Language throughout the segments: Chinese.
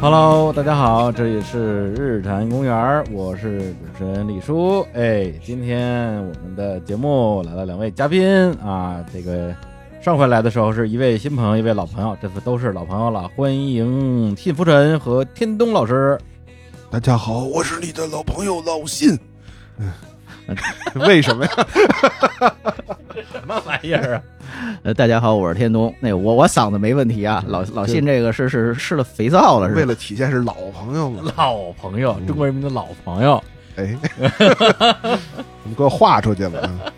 Hello，大家好，这里是日坛公园儿，我是主持人李叔。哎，今天我们的节目来了两位嘉宾啊，这个上回来的时候是一位新朋友，一位老朋友，这次都是老朋友了。欢迎信福尘和天东老师。大家好，我是你的老朋友老信。为什么呀？什么玩意儿啊？呃，大家好，我是天东。那我我嗓子没问题啊，老老信这个是是施了肥皂了，是嗯为吧？了体现是老朋友嘛。啊老朋友，中国人民的老朋友。哎，你给我划出去了。嗯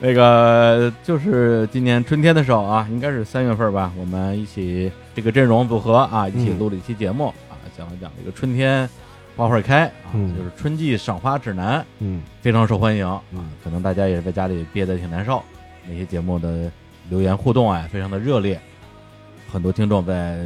那个就是今年春天的时候啊，应该是三月份吧，我们一起这个阵容组合啊，一起录了一期节目、啊，讲了讲这个春天花会开啊，嗯就是春季赏花指南，嗯，非常受欢迎啊嗯。可能大家也是在家里憋得挺难受，那些节目的留言互动啊，非常的热烈，很多听众在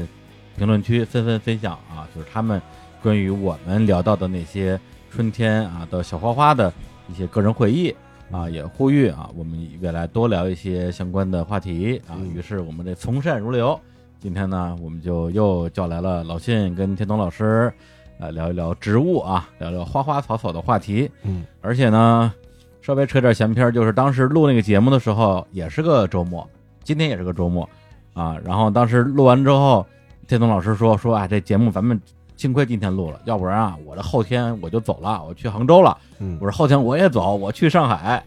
评论区纷纷分享啊，就是他们关于我们聊到的那些春天啊的小花花的一些个人回忆啊，也呼吁啊，我们未来多聊一些相关的话题啊。嗯于是我们这从善如流，今天呢，我们就又叫来了老信跟天童老师，呃，聊一聊植物啊，聊聊花花草草的话题。嗯，而且呢，稍微扯点闲篇儿，就是当时录那个节目的时候，也是个周末，今天也是个周末啊。然后当时录完之后，天童老师说说啊，这节目咱们幸亏今天录了，要不然啊，我这后天我就走了，我去杭州了。嗯我，说后天我也走，我去上海。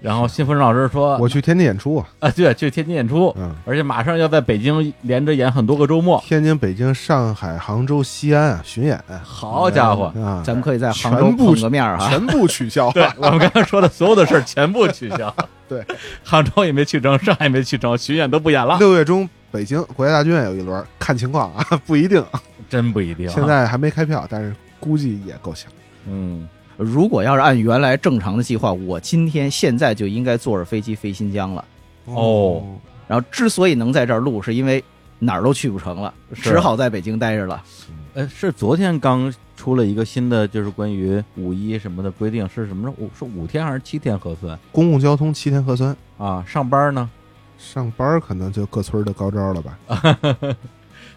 然后新福生老师说，我去天津演出啊。啊，对，去天津演出，嗯，而且马上要在北京连着演很多个周末。天津、北京、上海、杭州、西安啊，巡演啊。好家 伙，啊，咱们可以在杭州全部碰个面儿啊。全部取消对了。我们刚才说的所有的事儿全部取消。对，杭州也没去成，上海也没去成，巡演都不演了，六月中，北京国家大剧院有一轮，看情况啊， 不一定。真不一定啊。现在还没开票，但是估计也够呛。嗯，如果要是按原来正常的计划，我今天现在就应该坐着飞机飞新疆了。哦，然后之所以能在这儿录，是因为哪儿都去不成了，是只好在北京待着了。呃，是昨天刚出了一个新的，就是关于五一什么的规定，是什么？五是五天还是七天核酸公共交通七天核酸，啊？上班呢？ 上班可能就各村儿的高招了吧？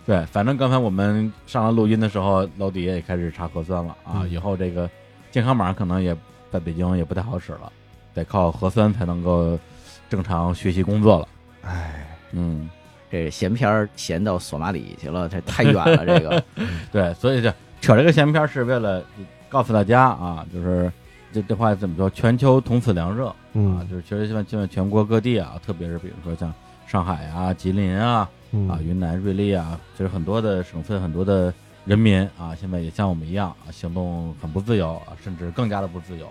对，反正刚才我们上来录音的时候，楼底下也开始查核酸了啊。嗯以后这个健康码可能也在北京也不太好使了，得靠核酸才能够正常学习工作了。哎，嗯，这闲篇儿闲到索马里去了，这太远了。这个对，所以这扯这个闲篇儿是为了告诉大家啊，就是这这话怎么说？全球同此凉热啊，嗯就是其实现在现在全国各地啊，特别是比如说像上海啊、吉林啊、啊，嗯云南、瑞丽啊，就是很多的省份、很多的人民啊，现在也像我们一样啊，行动很不自由啊，甚至更加的不自由。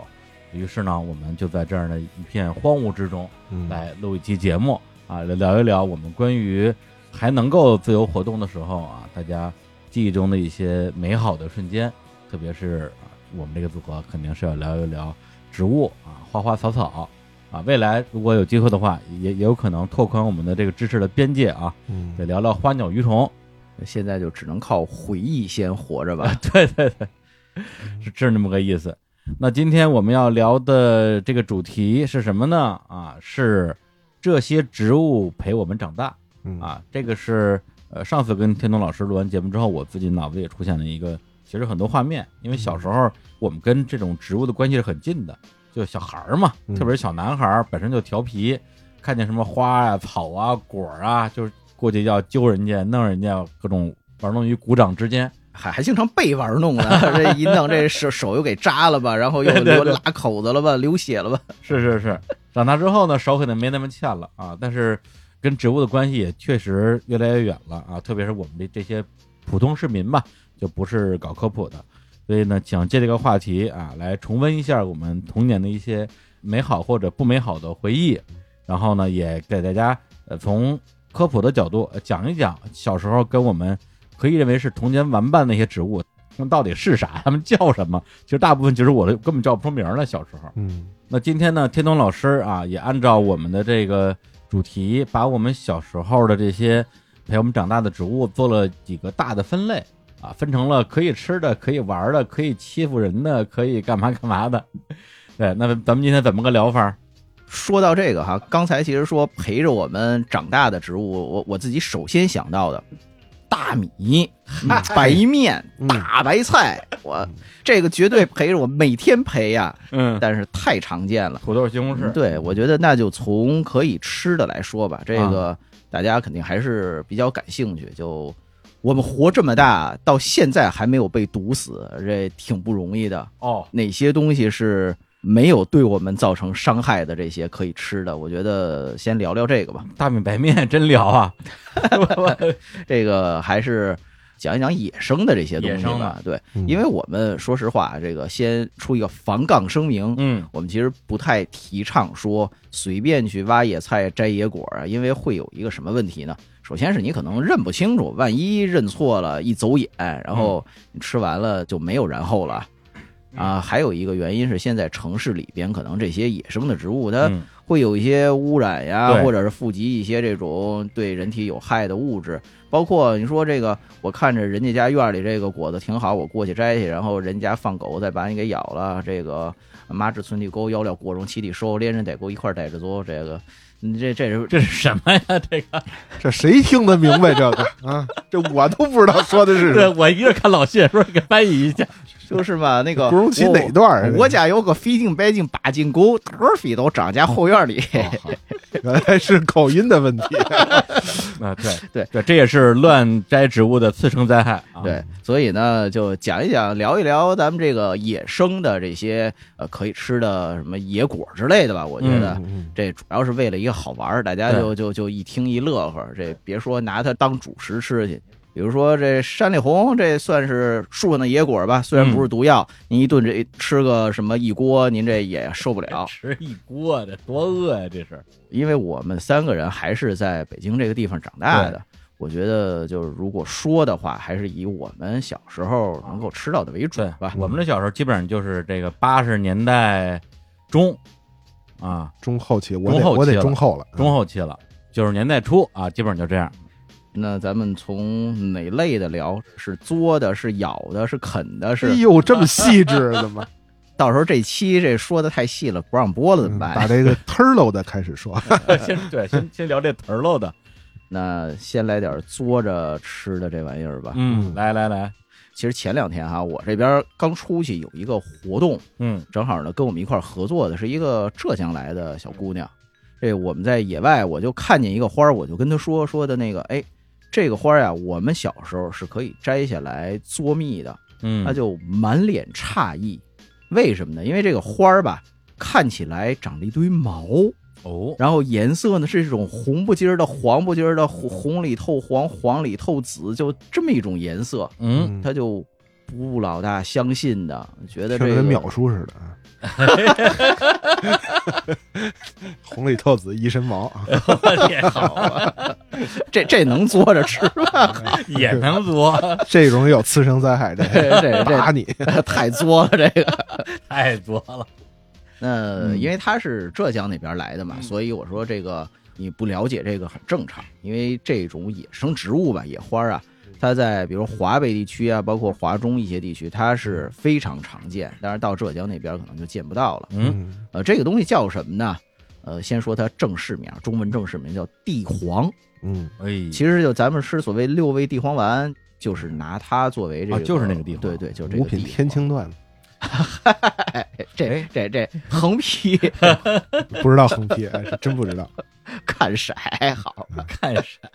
于是呢，我们就在这样的一片荒芜之中，嗯来录一期节目啊，来聊一聊我们关于还能够自由活动的时候啊，大家记忆中的一些美好的瞬间，特别是啊，我们这个组合肯定是要聊一聊植物啊，花花草草啊，未来如果有机会的话，也也有可能拓宽我们的这个知识的边界啊，嗯得聊聊花鸟鱼虫，现在就只能靠回忆先活着 吧。对啊 对对，是是那么个意思。那今天我们要聊的这个主题是什么呢？啊，是这些植物陪我们长大。嗯啊，这个是呃上次跟天东老师录完节目之后，我自己脑子里也出现了一个，其实很多画面，因为小嗯时候我们跟这种植物的关系是很近的，就小孩儿嘛，嗯特别是小男孩儿本身就调皮，看见什么花啊、草啊、果儿啊，就是过去要揪人家、弄人家，各种玩弄于股掌之间。还还经常被玩弄呢， 这一弄这手手又给扎了吧，然后又流拉口子了吧，流血了吧， 是是是，长大之后呢，手可能没那么欠了啊，但是跟植物的关系也确实越来越远了啊，特别是我们这这些普通市民吧，就不是搞科普的，所以呢，想借这个话题啊，来重温一下我们童年的一些美好或者不美好的回忆，然后呢，也给大家呃从科普的角度呃讲一讲小时候跟我们可以认为是童年玩伴的一些植物。它们到底是啥？它们叫什么？其实大部分其实我都根本叫不出名儿来。小时候，嗯那今天呢，天童老师啊，也按照我们的这个主题，把我们小时候的这些陪我们长大的植物做了几个大的分类啊，分成了可以吃的、可以玩的、可以欺负人的、可以干嘛干嘛的。 对，那咱们今天怎么个聊法？说到这个哈，刚才其实说陪着我们长大的植物，我我自己首先想到的大米、 白面、嗯大白菜，我这个绝对陪着我每天陪呀，嗯，但是太常见了。嗯土豆西红柿，对，我觉得那就从可以吃的来说吧，这个大家肯定还是比较感兴趣。就我们活这么大，到现在还没有被毒死，这挺不容易的。哦，哪些东西是没有对我们造成伤害的？这些可以吃的，我觉得先聊聊这个吧。大米白面真聊啊， 这个还是讲一讲野生的这些东西野生吧的。对，嗯因为我们说实话，这个先出一个防杠声明，嗯，我们其实不太提倡说随便去挖野菜、摘野果啊，因为会有一个什么问题呢？首先是你可能认不清楚，万一认错了，一走眼，然后你吃完了就没有然后了。啊，还有一个原因是，现在城市里边可能这些野生的植物，它嗯会有一些污染呀，对或者是富集一些这种对人体有害的物质，包括你说这个，我看着人家家院里这个果子挺好，我过去摘去，然后人家放狗再把你给咬了，这个妈至村地沟腰料果中七地收，连人带狗一块儿带着走，这个你这这是这是什么呀？这个，这谁听得明白这个啊？这我都不知道说的是什对么。我一个看老谢说给翻译一下，就是嘛那个古荣奇哪段儿啊？我家有个飞进白进八进沟，多少飞都长家后院里。这个哦好原来是口音的问题。啊，对对对，这也是乱摘植物的次生灾害啊，对，所以呢，就讲一讲，聊一聊咱们这个野生的这些呃可以吃的什么野果之类的吧。我觉得嗯这主要是为了一个好玩儿，大家就就就一听一乐呵儿，这别说拿它当主食吃去。比如说这山里红，这算是树上的野果吧，虽然不是毒药，您一顿这吃个什么一锅，您这也受不了。吃一锅，这多饿呀，这是，因为我们三个人还是在北京这个地方长大对的，我觉得就是如果说的话，还是以我们小时候能够吃到的为主对吧。我们这小时候基本上就是这个八十年代中啊，中后期，我中得后期我得了中后了。中后期了，九十年代初啊，基本上就这样。那咱们从哪类的聊？是嘬的，是咬的，是啃的，哎是？呦，这么细致的吗？到时候这期这说的太细了，不让播了怎么嗯办？把这个 turtle 的开始说。 先对，先先聊这词儿喽的。那先来点嘬着吃的这玩意儿吧。嗯，来来来，其实前两天哈，我这边刚出去有一个活动，嗯正好呢跟我们一块儿合作的是一个浙江来的小姑娘。这我们在野外，我就看见一个花儿，我就跟她说说的那个，哎，这个花儿呀，我们小时候是可以摘下来嘬蜜的。嗯，她就满脸诧异，为什么呢？因为这个花儿吧，看起来长了一堆毛，哦，然后颜色呢是这种红不尖儿的、黄不尖儿的，红红里透黄，黄里透紫，就这么一种颜色。嗯，她就不老大相信的，觉得听这着个跟秒叔似的啊。红里透紫一身毛啊， 我也好啊，这这能嘬着吃吗？也能作，这容易有次生灾害，这这这打你。这太作了， 这个。 太作了。那嗯因为他是浙江那边来的嘛，所以我说这个你不了解这个很正常，因为这种野生植物吧，野花啊，它在比如华北地区啊，包括华中一些地区，它是非常常见，但是到浙江那边可能就见不到了。嗯，嗯，呃，这个东西叫什么呢？呃，先说它正式名，中文正式名叫地黄，嗯，哎，其实就咱们吃所谓六味地黄丸，就是拿它作为这啊个，就是那个地黄对对，就是这个五品地黄天青段，这这这横批不知道横批，哎是真不知道。 看色好，看啥？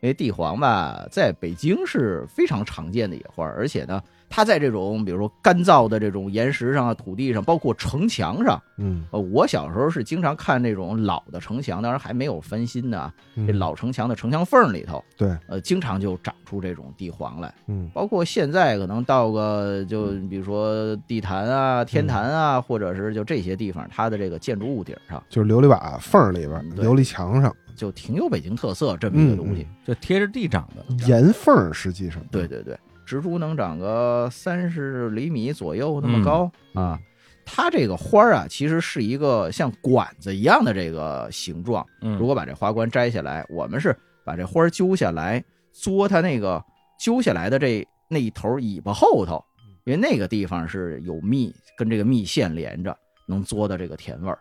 因为地黄吧，在北京是非常常见的野花，而且呢，它在这种比如说干燥的这种岩石上啊、土地上，包括城墙上，嗯，呃，我小时候是经常看那种老的城墙，当然还没有翻新呢，啊嗯这老城墙的城墙缝里头，对，呃，经常就长出这种地黄来。嗯包括现在可能到个就比如说地坛啊、天坛啊，或者是就这些地方，它的这个建筑物顶上就是琉璃瓦缝儿里边儿，嗯对琉璃墙上就挺有北京特色这么一个东西。就贴着地长的。 岩缝儿，实际上嗯嗯对对对，植株能长个三十厘米左右嗯那么高、啊。。它这个花儿啊，其实是一个像管子一样的这个形状。嗯，如果把这花冠摘下来，我们是把这花儿揪下来，嘬它那个揪下来的这那一头尾巴后头，嗯因为那个地方是有蜜跟这个蜜腺连着，能嘬到这个甜味儿。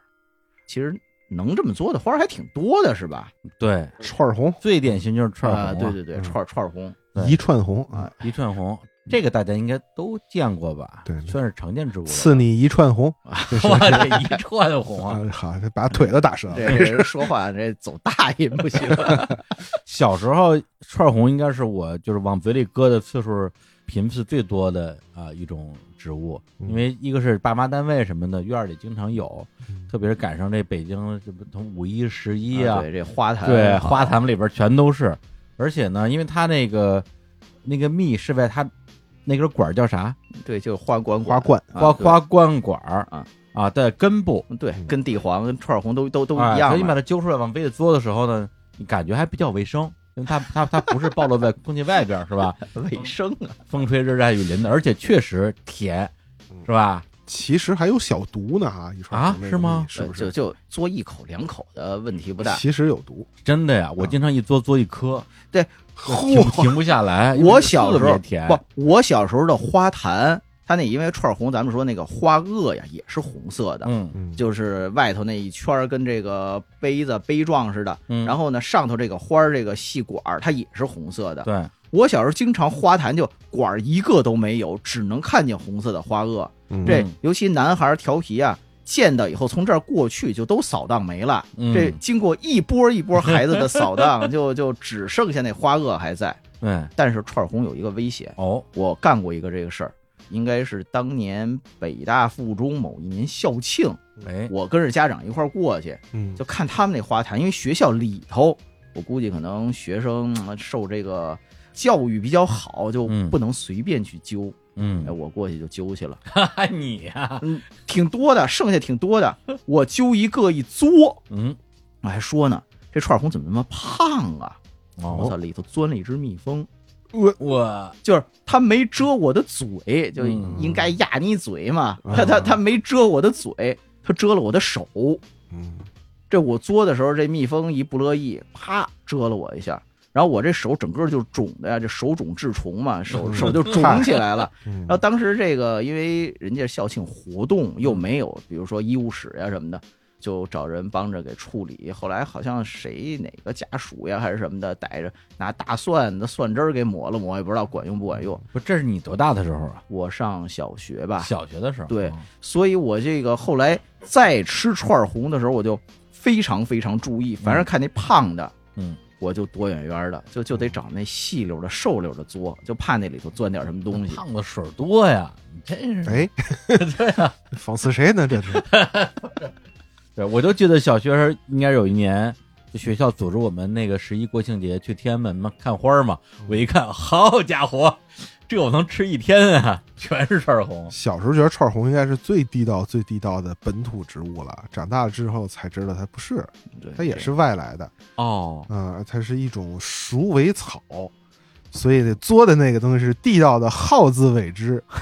其实能这么做的花儿还挺多的，是吧？对，串儿红，最典型就是串啊儿红对啊、对对，嗯串儿串儿红，对一串红啊，一串红，这个大家应该都见过吧？对算是常见之物了。赐你一串红 哇，这一串红啊！啊，好，把腿都打折了。这人说话这走大音不行。小时候串红应该是我就是往嘴里搁的次数频次最多的啊、一种植物，嗯因为一个是爸妈单位什么的，院儿里经常有，嗯特别是赶上这北京这不从五一、十一啊啊，对这花坛，对，花坛里边全都是。而且呢，因为它那个那个蜜是在它那根管儿叫啥？对，就花冠花冠，啊花对花冠管儿啊啊的根部，对嗯，跟地黄、跟串儿红都都都哎一样所以你嘛把。它揪出来往杯里嘬的时候呢，你感觉还比较卫生，因为它它它不是暴露在空气外边儿是 吧？卫生啊，风吹日晒雨淋的，而且确实甜，是吧？其实还有小毒呢啊，一串啊红那个是吗蜜是不？呃就是就嘬一口两口的问题不大。其实有毒，真的呀，嗯我啊经常一嘬嘬一颗，停嚯，停不下来。因为我小时特候别甜，不，我小时候的花坛，它那因为串儿红，咱们说那个花萼呀也是红色的，嗯嗯就是外头那一圈儿跟这个杯子杯状似的，嗯，然后呢上头这个花儿这个细管儿它也是红色的。对，我小时候经常花坛就管儿一个都没有，只能看见红色的花萼。嗯这嗯尤其男孩儿调皮啊，见到以后从这儿过去就都扫荡没了。嗯这经过一波一 波孩子的扫荡，就就只剩下那花萼还在。对但是串儿红有一个危险，哦，我干过一个这个事儿，应该是当年北大附中某一年校庆，哎，我跟着家长一块儿过去，嗯就看他们那花坛，因为学校里头，我估计可能学生嗯受这个教育比较好，就嗯不能随便去揪。哎，嗯，我过去就揪去了，哈哈，你呀，嗯，挺多的，剩下挺多 的，我揪一个一嘬，嗯，我还说呢，这串红怎么那么胖啊？我操，哦，里头钻了一只蜜蜂，我就是它没遮我的嘴，就嗯应该压你嘴嘛，嗯它它它没遮我的嘴，它遮了我的手。嗯这我嘬的时候，这蜜蜂一不乐意，啪蛰了我一下，然后我这手整个就肿的呀，这手肿治虫嘛，手嗯手 就肿起来了。嗯然后当时这个，因为人家校庆活动又没有，比如说医务室呀什么的，就找人帮着给处理。后来好像谁哪个家属呀还是什么的，逮着拿大蒜的蒜汁儿给抹了抹，也不知道管用不管用。不，这是你多大的时候啊？我上小学吧，嗯小学的时候，啊对所以我这个后来再吃串儿红的时候，我就非常非常注意，凡是看那胖的，嗯，我就躲远远的，就就得找那细溜的、瘦溜的嘬，就怕那里头钻点什么东嗯西。胖子水儿多呀，你真是。 哎，啊讽刺谁呢？这是对，我就记得小学时候应该有一年，就学校组织我们那个十一国庆节去天安门嘛看花儿嘛。我一看， 好家伙，这我能吃一天啊，全是串儿红。小时候觉得串红应该是最地道、最地道的本土植物了，长大了之后才知道它不是，对，它也是外来的，哦，啊，它是一种鼠尾草，所以得嘬的那个东西是地道的耗子尾汁，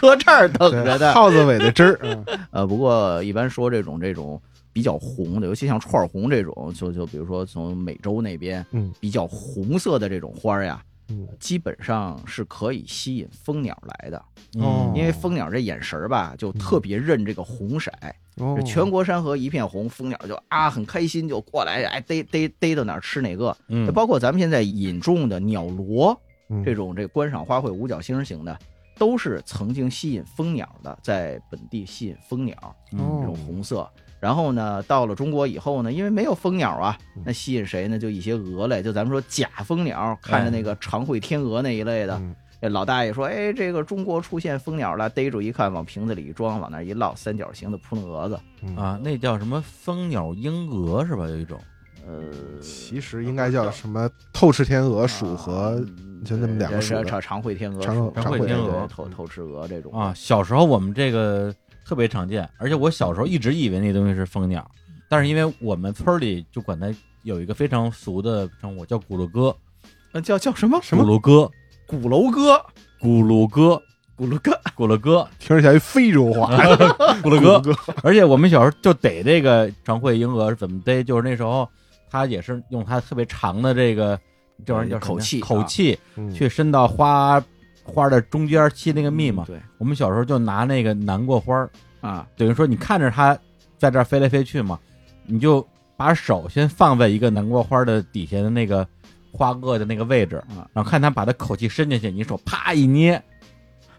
搁这儿等着对，的。耗子尾的汁儿， 嗯呃，不过一般说这种这种比较红的，尤其像串儿红这种，就就比如说从美洲那边嗯比较红色的这种花儿呀，嗯，基本上是可以吸引蜂鸟来的，嗯哦嗯因为蜂鸟这眼神儿吧，就特别认这个红色。哦这，全国山河一片红，蜂鸟就啊很开心就过来，哎逮逮逮到哪儿吃哪个。嗯，包括咱们现在引种的鸟螺嗯这种这观赏花卉五角星型的，都是曾经吸引蜂鸟的，在本地吸引蜂鸟嗯这哦种红色。然后呢，到了中国以后呢，因为没有蜂鸟啊嗯，那吸引谁呢？就一些蛾类，就咱们说假蜂哎鸟，看着那个长喙天鹅那一类的，嗯这老大爷说：“哎，这个中国出现蜂鸟了！”逮住一看，往瓶子里一装，往那儿一落，三角形的扑棱蛾子。嗯啊，那叫什么蜂鸟、鹦鹉是吧？有一种呃，嗯其实应该叫什么透视天鹅呃鼠啊和嗯就那么两个对属的长长喙天鹅长嗯属，长喙天鹅对透透视鹅这种啊，，小时候我们这个特别常见，而且我小时候一直以为那东西是蜂鸟，但是因为我们村儿里就管它有一个非常俗的称呼，叫咕噜哥，那呃叫叫什么咕噜哥，鼓楼哥，咕噜哥，鼓楼哥，咕噜哥，听起来非洲 话，咕噜哥。而且我们小时候就逮这个长喙鹦鹉是怎么逮？就是那时候它也是用它特别长的这个这玩意儿叫什么呀口气啊口气嗯去伸到花花的中间吸那个蜜嘛。嗯对我们小时候就拿那个南瓜花儿，啊，等于说你看着它在这儿飞来飞去嘛，你就把手先放在一个南瓜花的底下的那个花萼的那个位置啊，然后看它把它口气伸进去，你手啪一捏，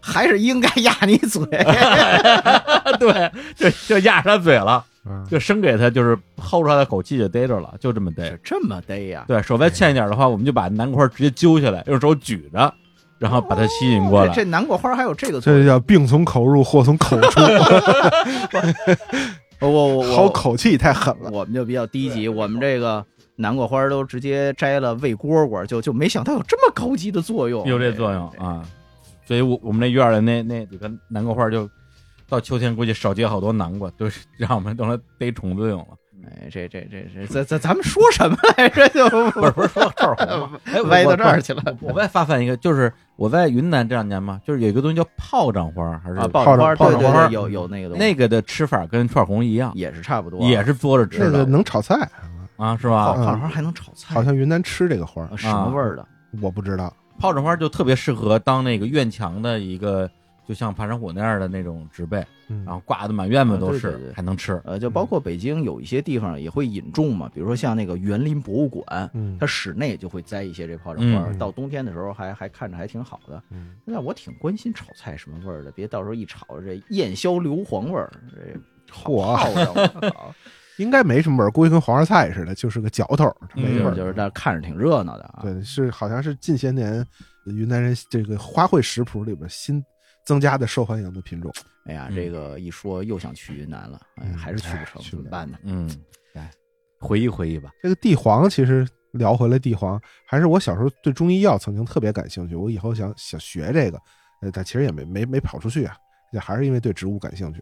还是应该压你嘴。啊对，就就压着它嘴了，嗯，就生给它，就是齁出它的口气就逮着了，就这么逮。是这么逮呀、哎对手再欠一点的话，我们就把南瓜花直接揪下来，用手举着，然后把它吸引过来。哦这这南瓜花还有这个作这就叫病从口入，祸从口出，用。哦我我好我口气太狠了。我们就比较低级，我们这个南瓜花都直接摘了喂蝈蝈，就就没想到有这么高级的作用，哎有这作用啊。所以我我们那院儿的那那几个南瓜花就到秋天估计少结好多南瓜，就是让我们用来逮虫子用了。哎，这这这这，咱咱咱们说什么来着？就不是不是说到这儿红吗？哎，我歪到这儿我去了。我再发散一个，就是我在云南这两年嘛，就是有一个东西叫炮仗花，还是、啊，爆泡米花，着泡对着对花对，儿有有那个东西，那个的吃法跟串红一样，也是差不多，也是嘬着吃这的、个能炒菜，啊，是爆吧？爆米花还能炒菜好，像嗯云南吃这个花儿啊，什么味儿的？我不知道。炮仗花就特别适合当那个院墙的一个，就像爬山虎那样的那种植被，嗯然后挂的满院子都啊对对是对，还能吃。呃，就包括北京有一些地方也会引种嘛，比如说像那个园林博物馆，嗯它室内就会栽一些这炮仗花儿，嗯到冬天的时候还还看着还挺好的。嗯，那我挺关心炒菜什么味儿的，别到时候一炒这燕硝硫磺味儿，这嚯炮仗 我靠应该没什么味儿，估计跟黄花菜似的，就是个嚼头儿，嗯没味就儿。是就是那看着挺热闹的啊。对，是好像是近些年云南人这个花卉食谱里边新增加的受欢迎的品种。哎呀，嗯这个一说又想去云南了，哎，嗯还是去不哎成，去怎不么了办呢？嗯，哎，回忆回忆吧。这个地黄其实聊回来，地黄还是我小时候对中医药曾经特别感兴趣，我以后想想学这个，呃，但其实也没没没跑出去啊，也还是因为对植物感兴趣。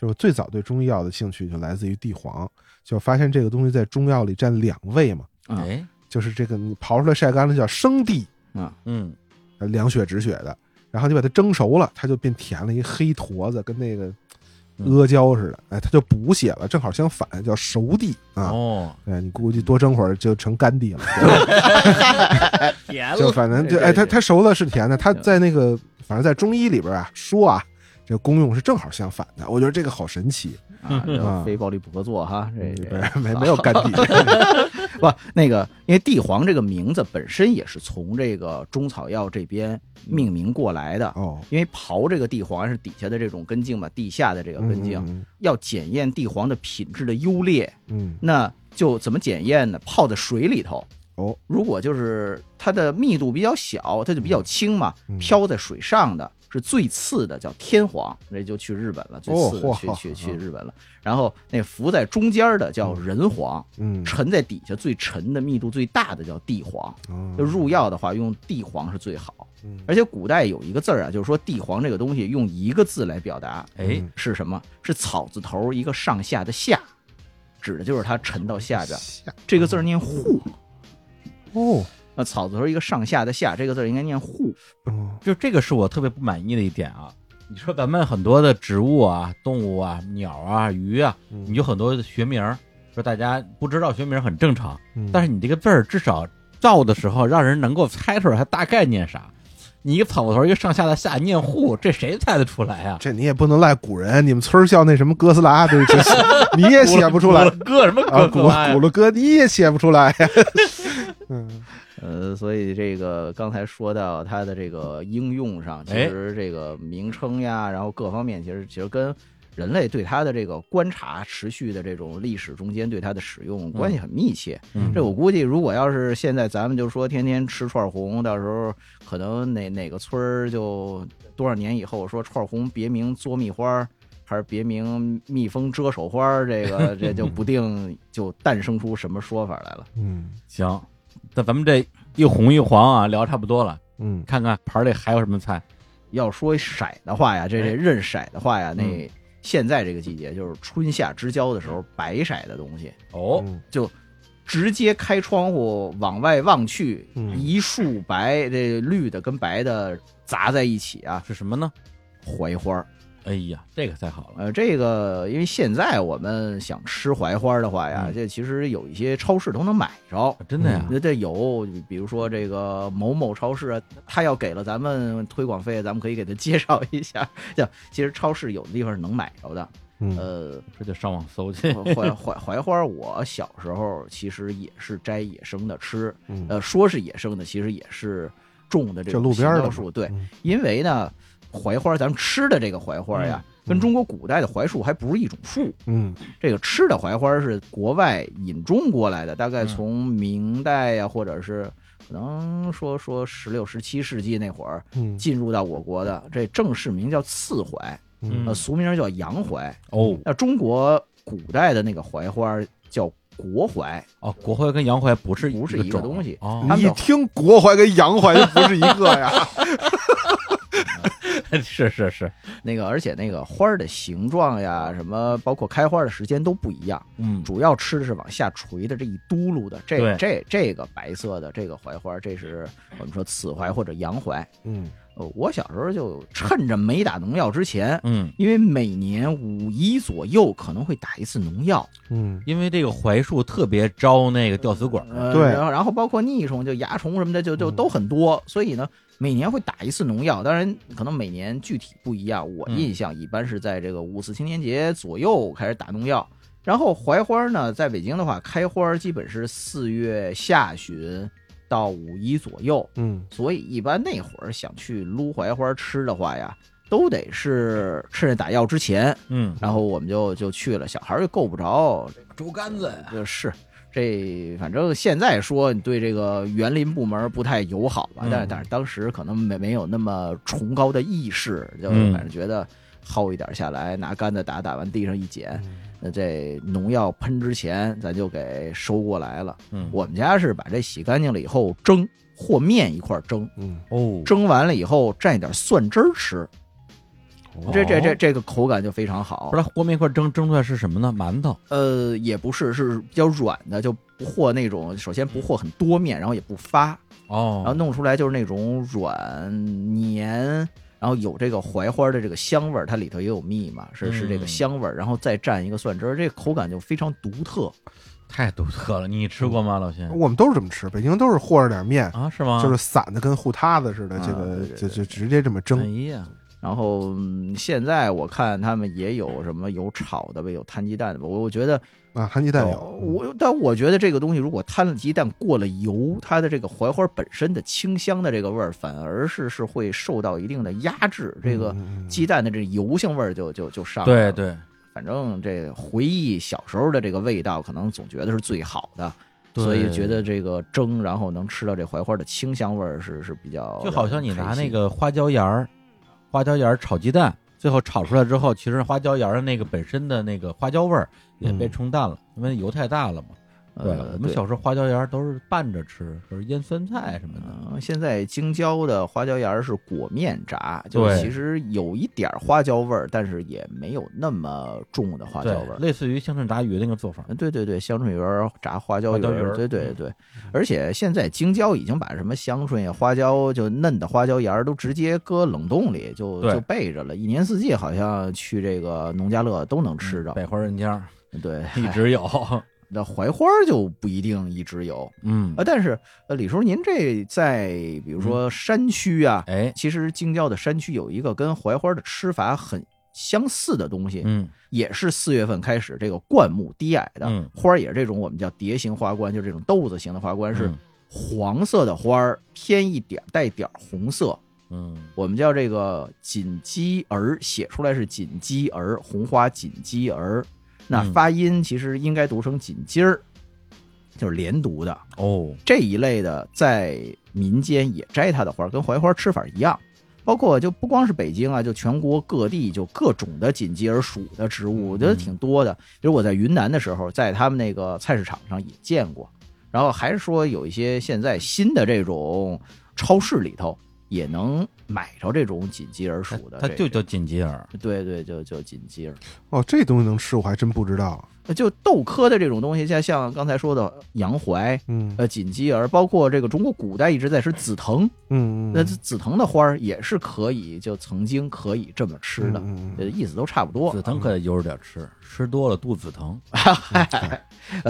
就是我最早对中医药的兴趣就来自于地黄，就发现这个东西在中药里占两位嘛，啊哎，就是这个你刨出来晒干了叫生地，啊，嗯，呃凉血止血的，然后你把它蒸熟了，它就变甜了，一黑坨子，跟那个嗯阿胶似的，哎，它就补血了，正好相反，叫熟地啊。哦，哎，你估计多蒸会儿就成干 地了，甜就反正就对哎，对它对它熟了是甜的，它嗯在那个反正在中医里边啊说啊，这功用是正好相反的，我觉得这个好神奇，啊，啊这非暴力不合作哈，这 这嗯没没有干地， 不，那个，因为地黄这个名字本身也是从这个中草药这边命名过来的。哦，因为刨这个地黄是底下的这种根茎嘛，地下的这个根茎，嗯要检验地黄的品质的优劣，嗯，那就怎么检验呢？泡在水里头。哦，如果就是它的密度比较小，它就比较轻嘛，嗯飘在水上的是最次的，叫天黄，这就去日本了，最次的嚯去、好去好去日本了。然后那浮在中间的叫人黄，嗯沉在底下最沉的、密度最大的叫地黄。嗯，就入药的话，用地黄是最好。嗯而且古代有一个字儿啊，就是说地黄这个东西用一个字来表达哎，嗯是什么？是草字头一个上下的下，指的就是它沉到下边。下这个字儿念户，哦那草字头一个上下的下，这个字儿应该念户。哦就这个是我特别不满意的一点啊。你说咱们很多的植物啊、动物啊、鸟啊、鱼啊，嗯你有很多的学名儿，说大家不知道学名儿很正常。嗯但是你这个字儿至少照的时候，让人能够猜出来它大概念啥。你一个草字头，一个上下的下念户，这谁猜得出来啊？这你也不能赖古人，你们村儿叫那什么哥斯拉，这这你也写不出来 咕 噜哥什么啊，哥古哥呀古？鲁哥你也写不出来呀。嗯呃，所以这个刚才说到它的这个应用上，其哎实这个名称呀，然后各方面，其实其实跟人类对它的这个观察、持续的这种历史中间对它的使用关系很密切。嗯这我估计，如果要是现在咱们就说天天吃串红，到时候可能哪哪个村儿就多少年以后说串红别名作蜜花儿。还是别名蜜蜂遮手花儿，这个这就 不定就诞生出什么说法来了。 嗯行，那咱们这一红一黄啊，聊差不多了，嗯，看看盘儿里还有什么菜。要说色的话呀，这哎这认色的话呀，嗯那现在这个季节就是春夏之交的时候，白色的东西，哦，嗯直接开窗户往外望去，嗯一束白，这绿的跟白的杂在一起啊，是什么呢？槐花儿。哎呀，这个太好了。呃，这个因为现在我们想吃槐花的话嗯，呀啊这其实有一些超市都能买着。真的呀，那这有，比如说这个某某超市啊，他要给了咱 们推广费，咱们可以给他介绍一下。就其实超市有的地方是能买着的，嗯呃，这就上网搜去。槐槐槐花，我小时候其实也是摘野生的吃，嗯呃，说是野生的，其实也是种的这就种路边儿的香蕉嘛树。对，嗯因为呢，槐花咱们吃的这个槐花呀，嗯跟中国古代的槐树还不是一种树。嗯这个吃的槐花是国外引种过来的，大概嗯从明代呀、或者是可能说说十六、十七世纪那会儿嗯进入到我国的。这正式名叫刺槐， 嗯呃，俗名叫洋槐。哦那中国古代的那个槐花叫国槐，哦，国槐跟洋槐不是不是一个种东西哦， 他你们一的听国槐跟洋槐就不是一个呀，是是是，那个而且那个花儿的形状呀，什么包括开花的时间都不一样。嗯，主要吃的是往下垂的这一嘟噜的，这对这这个白色的这个槐花，这是我们说此槐或者洋槐。 嗯呃，我小时候就趁着没打农药之前，嗯，因为每年五一左右可能会打一次农药，嗯因为这个槐树特别招那个吊死鬼儿，呃，对然后然后包括腻虫、就蚜虫什么的，就就嗯都很多，所以呢，每年会打一次农药。当然，可能每年具体不一样，我嗯印象一般是在这个五四青年节左右开始打农药。然后槐花呢，在北京的话，开花基本是四月下旬到五一左右，嗯所以一般那会儿想去撸槐花吃的话呀，都得是趁着打药之前，嗯，然后我们就就去了，小孩儿就够不着，竹竿子呃就是这，反正现在说你对这个园林部门不太友好吧，嗯但是但是当时可能没没有那么崇高的意识，就嗯反正觉得薅一点下来，拿杆子打，打完地上一嗯捡，那这农药喷之前咱就给收过来了。嗯，我们家是把这洗干净了以后蒸，和面一块儿蒸。嗯，哦，蒸完了以后蘸一点蒜汁儿吃，哦这这这这个口感就非常好不。是和面一块蒸蒸出来是什么呢？馒头呃，也不是是比较软的，就不和那种首先不和很多面，然后也不发，哦，然后弄出来啊就是那种软黏，然后有这个槐花的这个香味儿，它里头也有蜜嘛，是是这个嗯香味儿，然后再蘸一个蒜汁儿，这个口感就非常独特。太独特了，你吃过吗，老辛？我们都是这么吃，北京都是和着点面，啊，是吗？就是散的跟糊塌子似的，啊这个对对就对就直接这么蒸，哎呀，然后、嗯现在我看他们也有什么有炒的呗，有摊鸡蛋的吧，我我觉得啊，含鸡蛋有，哦我但我觉得这个东西如果摊了鸡蛋过了油，它的这个槐花本身的清香的这个味儿，反而是是会受到一定的压制，嗯这个鸡蛋的这油性味儿就就就上来对了。，对反正这回忆小时候的这个味道，可能总觉得是最好的，对，所以觉得这个蒸，然后能吃到这槐花的清香味儿是是比较就好像你拿开心那个花椒盐儿，花椒盐儿炒鸡蛋，最后炒出来之后，其实花椒盐儿的那个本身的那个花椒味儿也被嗯冲淡了，因为油太大了嘛。对，呃我们对小时候花椒盐儿都是拌着吃，就是腌酸菜什么的。嗯，现在京椒的花椒盐儿是裹面炸，就对其实有一点儿花椒味儿，但是也没有那么重的花椒味对，儿。类似于香椿炸鱼那个做法。嗯对对对，香椿鱼儿炸花椒花鱼椒鱼儿，儿对对嗯对。而且现在京椒已经把什么香椿呀、花椒就嫩的花椒盐儿都直接搁冷冻里就对就备着了，一年四季好像去这个农家乐都能吃着。嗯百花人家儿对，一嗨直有。那槐花儿就不一定一直有嗯啊。，但是呃，李叔，您这在比如说山区啊，哎，其实京郊的山区有一个跟槐花的吃法很相似的东西，嗯也是四月份开始这个灌木低矮的、嗯花儿，也是这种我们叫蝶形花冠，就这种豆子形的花冠，是嗯黄色的花儿，偏一点儿带点儿红色，嗯，我们叫这个锦鸡儿，写出来是锦鸡儿，红花锦鸡儿，那嗯发音其实应该读成锦鸡儿，就是连读的。哦，这一类的，在民间也摘它的花儿，跟槐花吃法一样。包括就不光是北京啊，就全国各地就各种的紧急而属的植嗯物，我觉得挺多的。比如我在云南的时候，在他们那个菜市场上也见过，然后还是说有一些现在新的这种超市里头也能买着这种紧急而属它的这，它就叫锦鸡儿。对对，就就紧急而。哦，这东西能吃，我还真不知道，就豆科的这种东西，像像刚才说的洋槐，嗯呃，锦鸡儿，包括这个中国古代一直在吃紫藤，嗯，那这紫藤的花儿也是可以，就曾经可以这么吃的，嗯呃，意思都差不多紫。藤可得悠着点儿吃，吃多了肚子疼。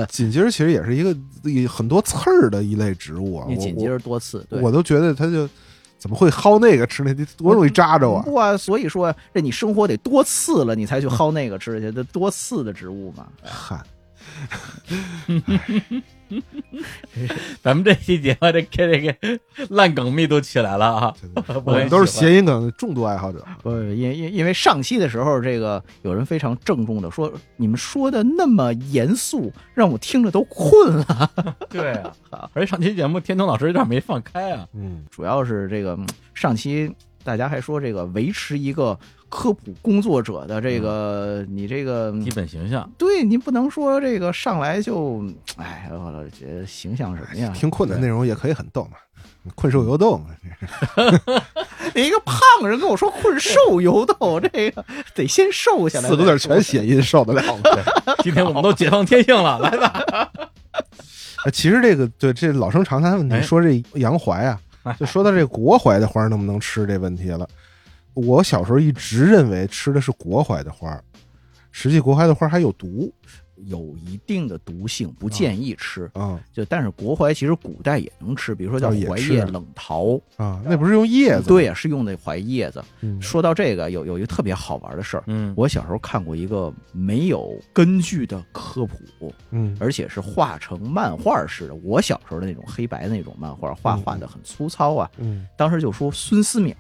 锦鸡儿其实也是一个一很多刺儿的一类植物啊，因为锦鸡我儿多刺，对我，我都觉得它就怎么会薅那个吃那？多容易扎着啊！不啊，所以说这你生活得多次了，你才去薅那个吃去，这多次的植物嘛。嗨，咱们这期节目这这个烂梗密度起来了啊！真的 我我们也都是喜欢谐音梗的重度爱好者。不，因因因为上期的时候，这个有人非常郑重的说，你们说的那么严肃，让我听着都困了。对啊，而且上期节目天童老师有点没放开啊，嗯，主要是这个嗯上期大家还说这个维持一个科普工作者的这个、你这个嗯基本形象对你不能说这个上来就哎，我老觉得形象什么呀？嗯听困的内容也可以很逗嘛，困兽犹斗嘛。你一个胖人跟我说困兽犹斗，这个得先瘦下来。四个字儿全谐音，受得了吗？今天我们都解放天性 了，来吧，哎 其实这个对这老生常谈问题，哎说这洋槐啊，就说到这国槐的花儿能不能吃这问题了。我小时候一直认为吃的是国槐的花儿，实际国槐的花儿还有毒有一定的毒性，不建议吃。啊就但是国槐其实古代也能吃，比如说叫哦也槐吃叶啊冷淘，啊！那不是用叶子？对呀，是用的槐叶子。嗯说到这个，有有一个特别好玩的事儿，嗯，我小时候看过一个没有根据的科普，嗯而且是画成漫画似的。我小时候的那种黑白的那种漫画，画嗯画的很粗糙啊。嗯，当时就说孙思邈，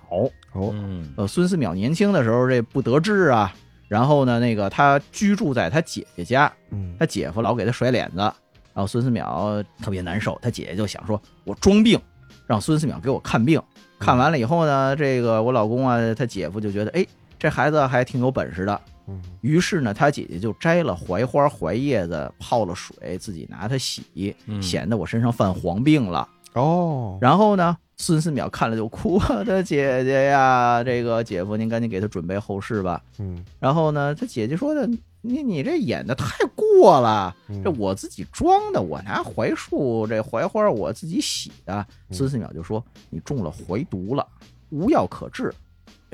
哦，嗯呃，孙思邈年轻的时候这不得志啊，然后呢，那个他居住在他姐姐家，嗯他姐夫老给他甩脸子，然后孙思邈特别难受，他姐姐就想说，我装病，让孙思邈给我看病。看完了以后呢，这个我老公啊，他姐夫就觉得，哎，这孩子还挺有本事的，嗯于是呢，他姐姐就摘了槐花、槐叶子，泡了水，自己拿它洗，嗯显得我身上犯黄病了。哦，然后呢，孙思邈看了就哭：“我的姐姐呀，这个姐夫，您赶紧给他准备后事吧。嗯”然后呢，他姐姐说的：“你你这演的太过了，嗯这我自己装的，我拿槐树这槐花我自己洗的。”孙思邈就说：“你中了槐毒了，无药可治。”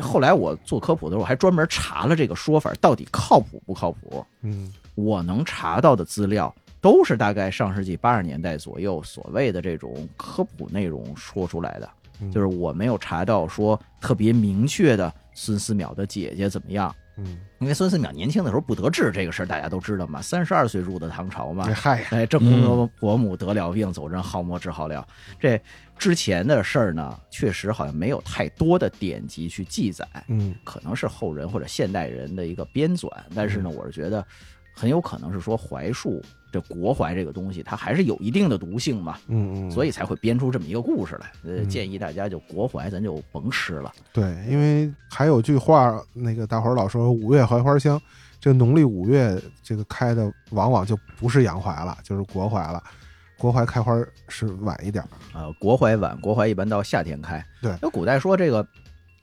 后来我做科普的时候，我还专门查了这个说法到底靠谱不靠谱。嗯我能查到的资料都是大概上世纪八十年代左右所谓的这种科普内容说出来的嗯，就是我没有查到说特别明确的孙思邈的姐姐怎么样。嗯，因为孙思邈年轻的时候不得志这个事儿大家都知道嘛，三十二岁入的唐朝嘛哎，嗨呀，哎，正宫伯伯母得了病，走人好磨治好了。这之前的事儿呢，确实好像没有太多的典籍去记载。嗯可能是后人或者现代人的一个编纂，但是呢，嗯我是觉得很有可能是说槐树这国槐这个东西，它还是有一定的毒性嘛，嗯嗯，所以以才会编出这么一个故事来。呃，嗯建议大家就国槐咱就甭吃了。对，因为还有句话，那个大伙儿老说“五月槐花香”，这个农历五月这个开的往往就不是洋槐了，就是国槐了。国槐开花是晚一点儿，呃，国槐晚，国槐一般到夏天开。对那古代说这个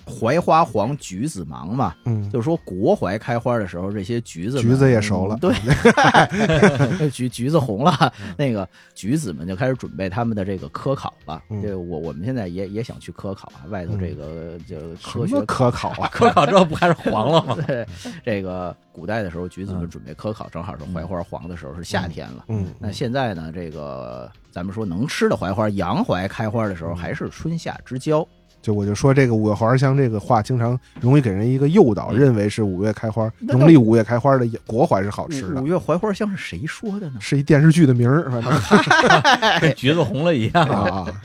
槐花黄，橘子忙嘛，嗯，就是说国槐开花的时候，这些橘子们橘子也熟了嗯对， 橘橘子红了，那个橘子们就开始准备他们的这个科考了。嗯这我我们现在也也想去科考啊，外头这个就科什学么可考 啊？科考之后不还是黄了吗？ 对，这个古代的时候，橘子们嗯准备科考，正好是槐花黄的时候，是夏天了。嗯，那现在呢，这个咱们说能吃的槐花，洋槐开花的时嗯候还是春夏之交。就我就说这个五月槐花香这个话，经常容易给人一个诱导，嗯认为是五月开花，那倒农历五月开花的国槐是好吃五的嗯五，月槐花香是谁说的呢？是一电视剧的名 儿，反正哎跟橘子红了一样。啊啊，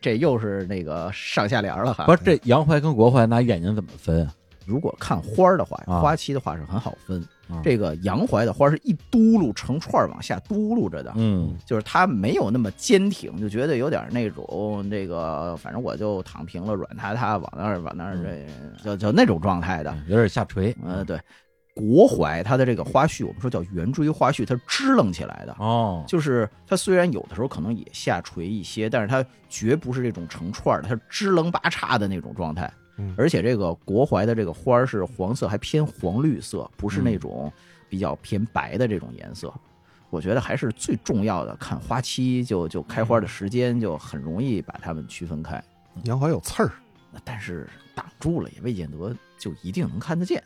这又是那个上下联了哈。不是这洋槐跟国槐拿眼睛怎么分啊？如果看花儿的话，啊花期的话是很好分。啊这个洋槐的花是一嘟噜成串儿往下嘟噜着的，嗯就是它没有那么坚挺，就觉得有点那种那个，反正我就躺平了，软塌塌往那儿往那儿这嗯就就那种状态的。有点下垂。呃，对，国槐它的这个花序，我们说叫圆锥花序，它是支棱起来的。哦，就是它虽然有的时候可能也下垂一些，但是它绝不是这种成串儿的，它是支棱八叉的那种状态。嗯而且这个国槐的这个花儿是黄色，还偏黄绿色，不是那种比较偏白的这种颜色。我觉得还是最重要的，看花期就就开花的时间，就很容易把它们区分开。洋槐有刺儿，那但是挡住了也未见得就一定能看得见。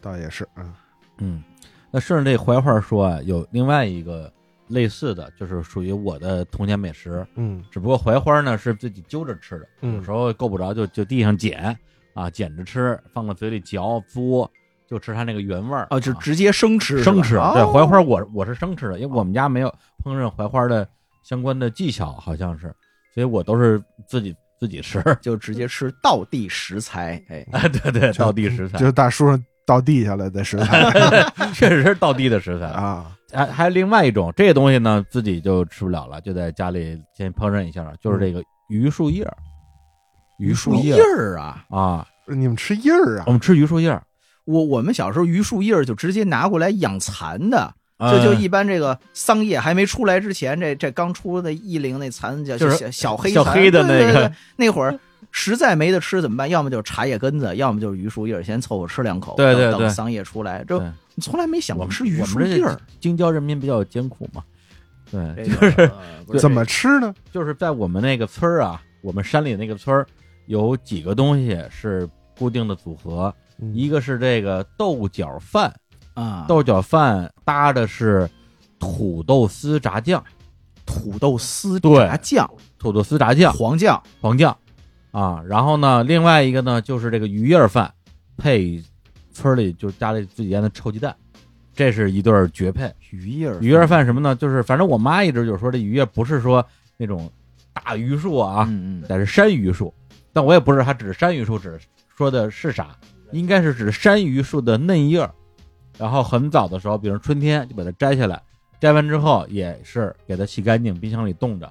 倒也是啊，嗯，那顺着这槐花说啊，有另外一个类似的，就是属于我的童年美食。嗯只不过槐花呢是自己揪着吃的，嗯有时候够不着就就地上捡啊，捡着吃，放到嘴里嚼嘬，就吃它那个原味儿哦，就啊直接生吃是吧，生吃。哦对，槐花我我是生吃的，因为我们家没有烹饪槐花的相关的技巧，好像是，所以我都是自己自己吃。就直接吃道地食材，哎，啊， 对对，就道地食材就，是大树上倒地下来的食材确实是道地的食材。啊，还还有另外一种，这个东西呢，自己就吃不了了，就在家里先烹饪一下了，就是这个榆树叶儿嗯榆树叶叶儿啊，啊，你们吃叶儿我啊？们吃榆树叶儿，我我们小时候榆树叶儿就直接拿过来养蚕的，这呃就一般这个桑叶还没出来之前，这这刚出的一龄那蚕叫就是小小黑小蚕黑的对那个对对对那会儿。实在没得吃怎么办？要么就是茶叶根子，要么就是榆树叶儿，先凑合吃两口。对对等对等桑叶出来，这对从来没想我过们吃榆我树们叶这儿。京郊人民比较艰苦嘛，对，这个呃不是怎么吃呢？就是在我们那个村儿啊，我们山里那个村儿有几个东西是固定的组合，嗯一个是这个豆角饭，啊？豆角饭搭的是土豆丝炸酱，土豆丝对炸酱、土豆丝炸酱，黄酱，黄酱啊，然后呢，另外一个呢就是这个鱼叶儿饭配村里就家里自己腌的臭鸡蛋，这是一对儿绝配。鱼叶儿鱼叶儿饭什么呢？就是反正我妈一直就说这鱼叶啊不是说那种大榆树啊，嗯嗯，但是山榆树，但我也不知道它指山榆树指说的是啥，应该是指山榆树的嫩叶儿，然后很早的时候，比如春天就把它摘下来，摘完之后也是给它洗干净，冰箱里冻着，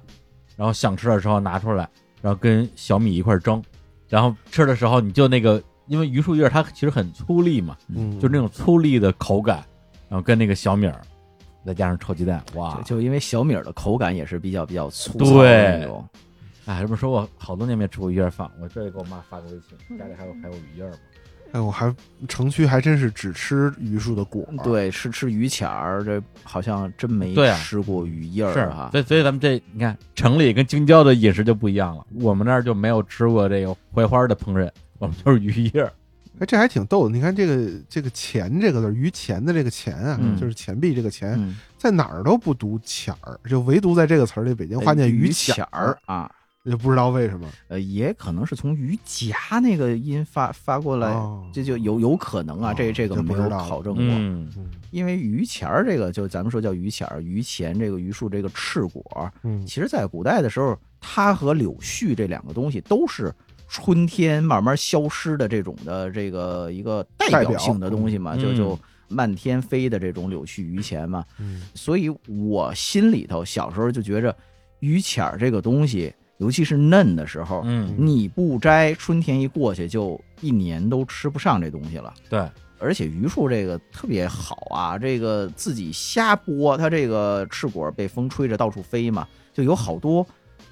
然后想吃的时候拿出来，然后跟小米一块儿蒸，然后吃的时候你就那个，因为榆树叶它其实很粗粒嘛，嗯就那种粗粒的口感，然后跟那个小米儿，再加上臭鸡蛋，哇就！就因为小米儿的口感也是比较比较粗啊对糙的那种，哎，这么说我好多年没吃过鱼叶饭，我这也给我妈发个微信，家里还有还有鱼叶儿吗？哎，我还城区还真是只吃榆树的果嗯儿，对，吃吃榆钱儿，这好像真没对啊吃过榆叶是儿哈。嗯所以所以咱们这你看，城里跟京郊的饮食就不一样了。我们那儿就没有吃过这个槐花的烹饪，我们就是鱼叶儿。嗯哎，这还挺逗的。你看这个这个“钱”这个字儿，于钱的这个“钱”啊，嗯就是钱币这个“钱”，嗯，在哪儿都不读“钱儿”，就唯独在这个词儿里，北京话念“榆钱钱呃哎儿”，啊，就不知道为什么。呃，也可能是从榆荚那个音发发过来，哦这就有有可能啊，哦这这个这不没有知道考证过，嗯嗯因为榆钱儿这个就咱们说叫榆钱儿，榆钱这个榆树这个翅果儿，嗯其实，在古代的时候，它和柳絮这两个东西都是春天慢慢消失的这种的这个一个代表性的东西嘛，代表就嗯就漫天飞的这种柳絮榆钱嘛。嗯所以我心里头小时候就觉着榆钱儿这个东西，尤其是嫩的时候，嗯，你不摘，春天一过去就一年都吃不上这东西了。对，而且榆树这个特别好啊，这个自己瞎播，它这个翅果被风吹着到处飞嘛，就有好多，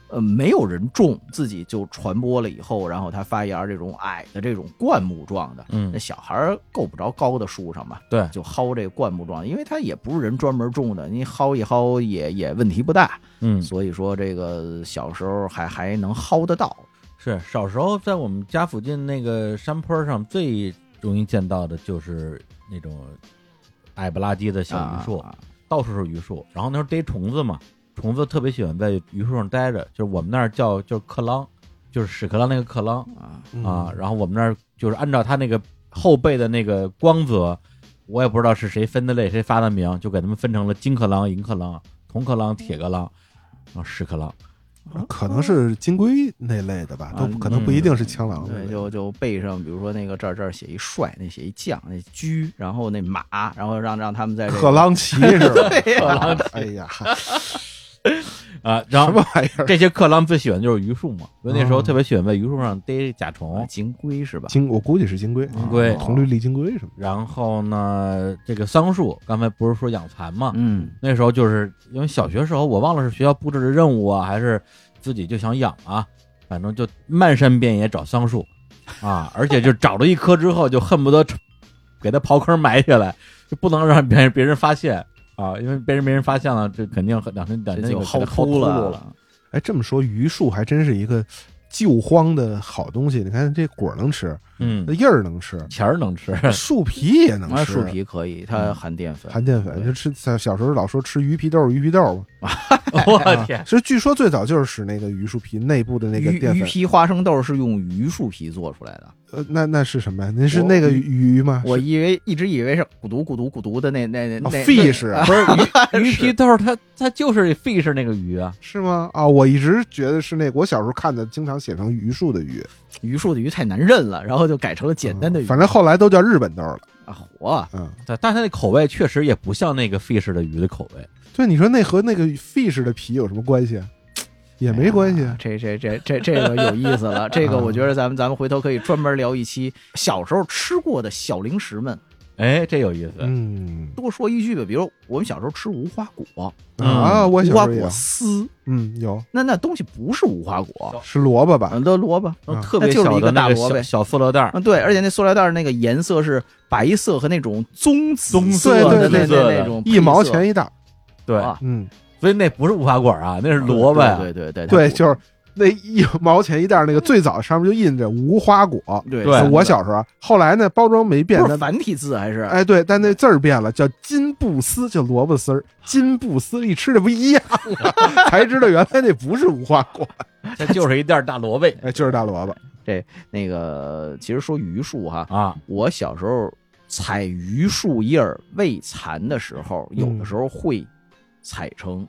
呃，没有人种，自己就传播了以后，然后它发芽这种矮的这种灌木状的，嗯那小孩儿够不着高的树上嘛，对就薅这灌木状，因为它也不是人专门种的，你薅一薅也也问题不大，嗯所以说这个小时候还还能薅得到，是。小时候在我们家附近那个山坡上，最容易见到的就是那种矮不拉几的小榆树，啊到处是榆树。然后那时候逮虫子嘛，虫子特别喜欢在榆树上待着，就是我们那儿叫就是克啷，就是屎壳郎那个克啷。啊，嗯啊，然后我们那儿就是按照他那个后背的那个光泽，我也不知道是谁分的类，谁发的名，就给他们分成了金克郎、银克郎、铜克郎、铁克郎，然后屎克郎。可能是金龟那类的吧，啊嗯都不可能不一定是枪狼那对，类的。就就背上，比如说那个这儿这儿写一帅，那写一将，那车，然后那马，然后让让他们在这克个朗奇是吧？克郎哎呀，啊，然什后么玩意儿？这些克郎最喜欢就是榆树嘛，所以那时候哦啊特别喜欢在榆树上逮甲虫、呃金龟是吧？嗯金，我估计是金龟，金龟啊红绿绿金龟什么然后呢，这个桑树，刚才不是说养蚕嘛，嗯，那时候就是因为小学时候我忘了是学校布置的任务啊，还是自己就想养啊，反正就漫山遍野找桑树啊，而且就找着一棵之后就恨不得给它刨坑埋起来，就不能让别人别人发现啊，因为别人别人发现了，这肯定很两天两这天就就薅秃秃了。嗯了。的。哎，这么说榆树还真是一个救荒的好东西。你看这果儿能吃，嗯那，叶儿能吃，钱儿 能吃，树皮也能那吃，啊树皮可以，它含淀粉，含淀粉，就吃小小时候老说吃鱼皮豆儿，鱼皮豆儿嘛。 我天 啊其，实据说最早就是使那个榆树皮内部的那个鱼淀鱼粉，皮花生豆是用榆树皮做出来的，呃，那那是什么呀？您是我那个鱼吗？啊我以为一直以为是咕嘟咕嘟咕嘟的那那那哦那 fish 啊不是鱼鱼皮豆儿，它它就是 fish 那个鱼啊，是吗？啊，我一直觉得是那个，我小时候看的，经常写成榆树的榆，榆树的榆太难认了，然后就改成了简单的嗯榆，反正后来都叫日本豆了。啊火嗯，对，但是它那口味确实也不像那个 fish 的鱼的口味，对，你说那和那个 fish 的皮有什么关系啊？也没关系嗯哎呀啊。这这这这这个有意思了，这个我觉得咱们咱们回头可以专门聊一期小时候吃过的小零食们。哎，这有意思，嗯多说一句吧，比如我们小时候吃无花果，嗯啊，我无小花时候也有果丝，嗯有那那东西不是无花果，是萝卜吧？嗯，都萝卜，然后啊特别那就是小一的个那大个萝小卜小塑料袋儿，嗯，对，而且那塑料袋儿那个颜色是白色和那种棕紫棕色的对对对那对那那种一毛钱一一袋儿。对，啊，嗯，所以那不是无花果啊，那是萝卜呀，嗯对对对，对它不就是那一毛钱一袋儿那个，最早上面就印着无花果。对对哎我小时候，后来呢包装没变，不是但繁体字还是哎，对，但那字儿变了，叫金布丝，叫萝卜丝儿。金布丝一吃这不一样啊， 才知道原来那不是无花果，它就是一袋儿大萝卜哎，就是大萝卜。那个？其实说榆树哈， 啊，我小时候采榆树叶儿喂蚕的时候，有嗯的时候会采成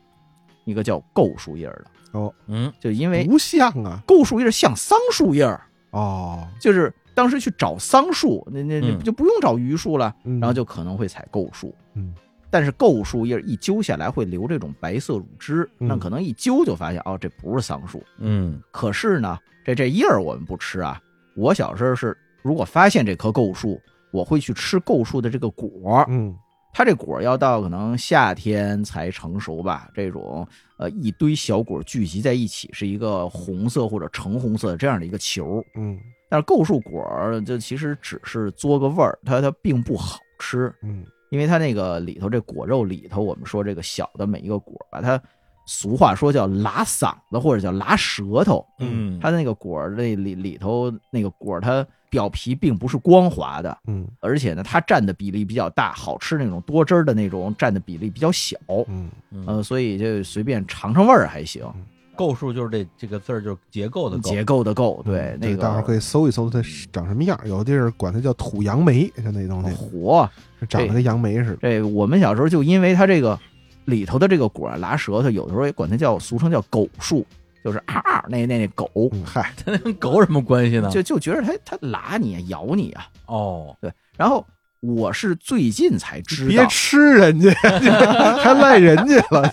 一个叫构树叶儿的，嗯，就因为不像啊，构树叶儿像桑树叶儿，哦，就是当时去找桑树，那那那嗯就不用找榆树了，然然后就可能会采构树。嗯。但是构树叶儿一揪下来会留这种白色乳汁，嗯那可能一揪就发现哦，这不是桑树。嗯，可是呢，这这叶儿我们不吃啊。我小时候是，如果发现这棵构树，我会去吃构树的这个果儿，嗯它这果儿要到可能夏天才成熟吧。这种呃一堆小果聚集在一起，是一个红色或者橙红色这样的一个球。嗯但是构树果儿就其实只是嘬个味儿，它它并不好吃，嗯因为它那个里头这果肉里头，我们说这个小的每一个果儿吧，它俗话说叫拉嗓子或者叫拉舌头，嗯，它那个果儿那里里头那个果儿，它表皮并不是光滑的，嗯而且呢，它占的比例比较大，好吃那种多汁儿的那种占的比例比较小，嗯，嗯，呃，所以就随便尝尝味儿还行。嗯构数就是这这个字儿，就是结构的构，结构的构，对嗯那大伙儿可个以搜一搜它是长什么样儿。有的地儿管它叫土杨梅，就那东西活，是长得跟杨梅似的。这我们小时候就因为它这个里头的这个果儿拉舌头，有的时候也管它叫俗称叫狗树，就是啊啊那那那狗，嗯，嗨，它跟狗有什么关系呢？就就觉得它它拉你啊咬你啊，哦，对，然后。我是最近才知道，别吃人家， 还赖人家了。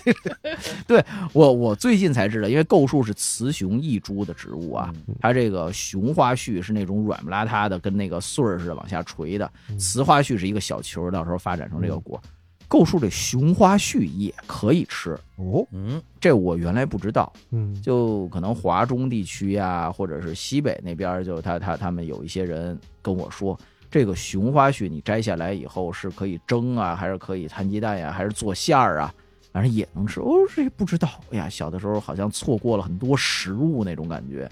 我我最近才知道，因为构树是雌雄异株的植物啊，它这个雄花序是那种软不拉塌的，跟那个穗儿似的往下垂的，雌花序是一个小球，到时候发展成这个果。构树这雄花序也可以吃，哦，嗯，这我原来不知道，嗯就可能华中地区呀、或者是西北那边儿，就他他他们有一些人跟我说。这个雄花序你摘下来以后是可以蒸啊，还是可以摊鸡蛋呀、还是做馅儿啊？反正也能吃。哦，这不知道。哎呀，小的时候好像错过了很多食物那种感觉。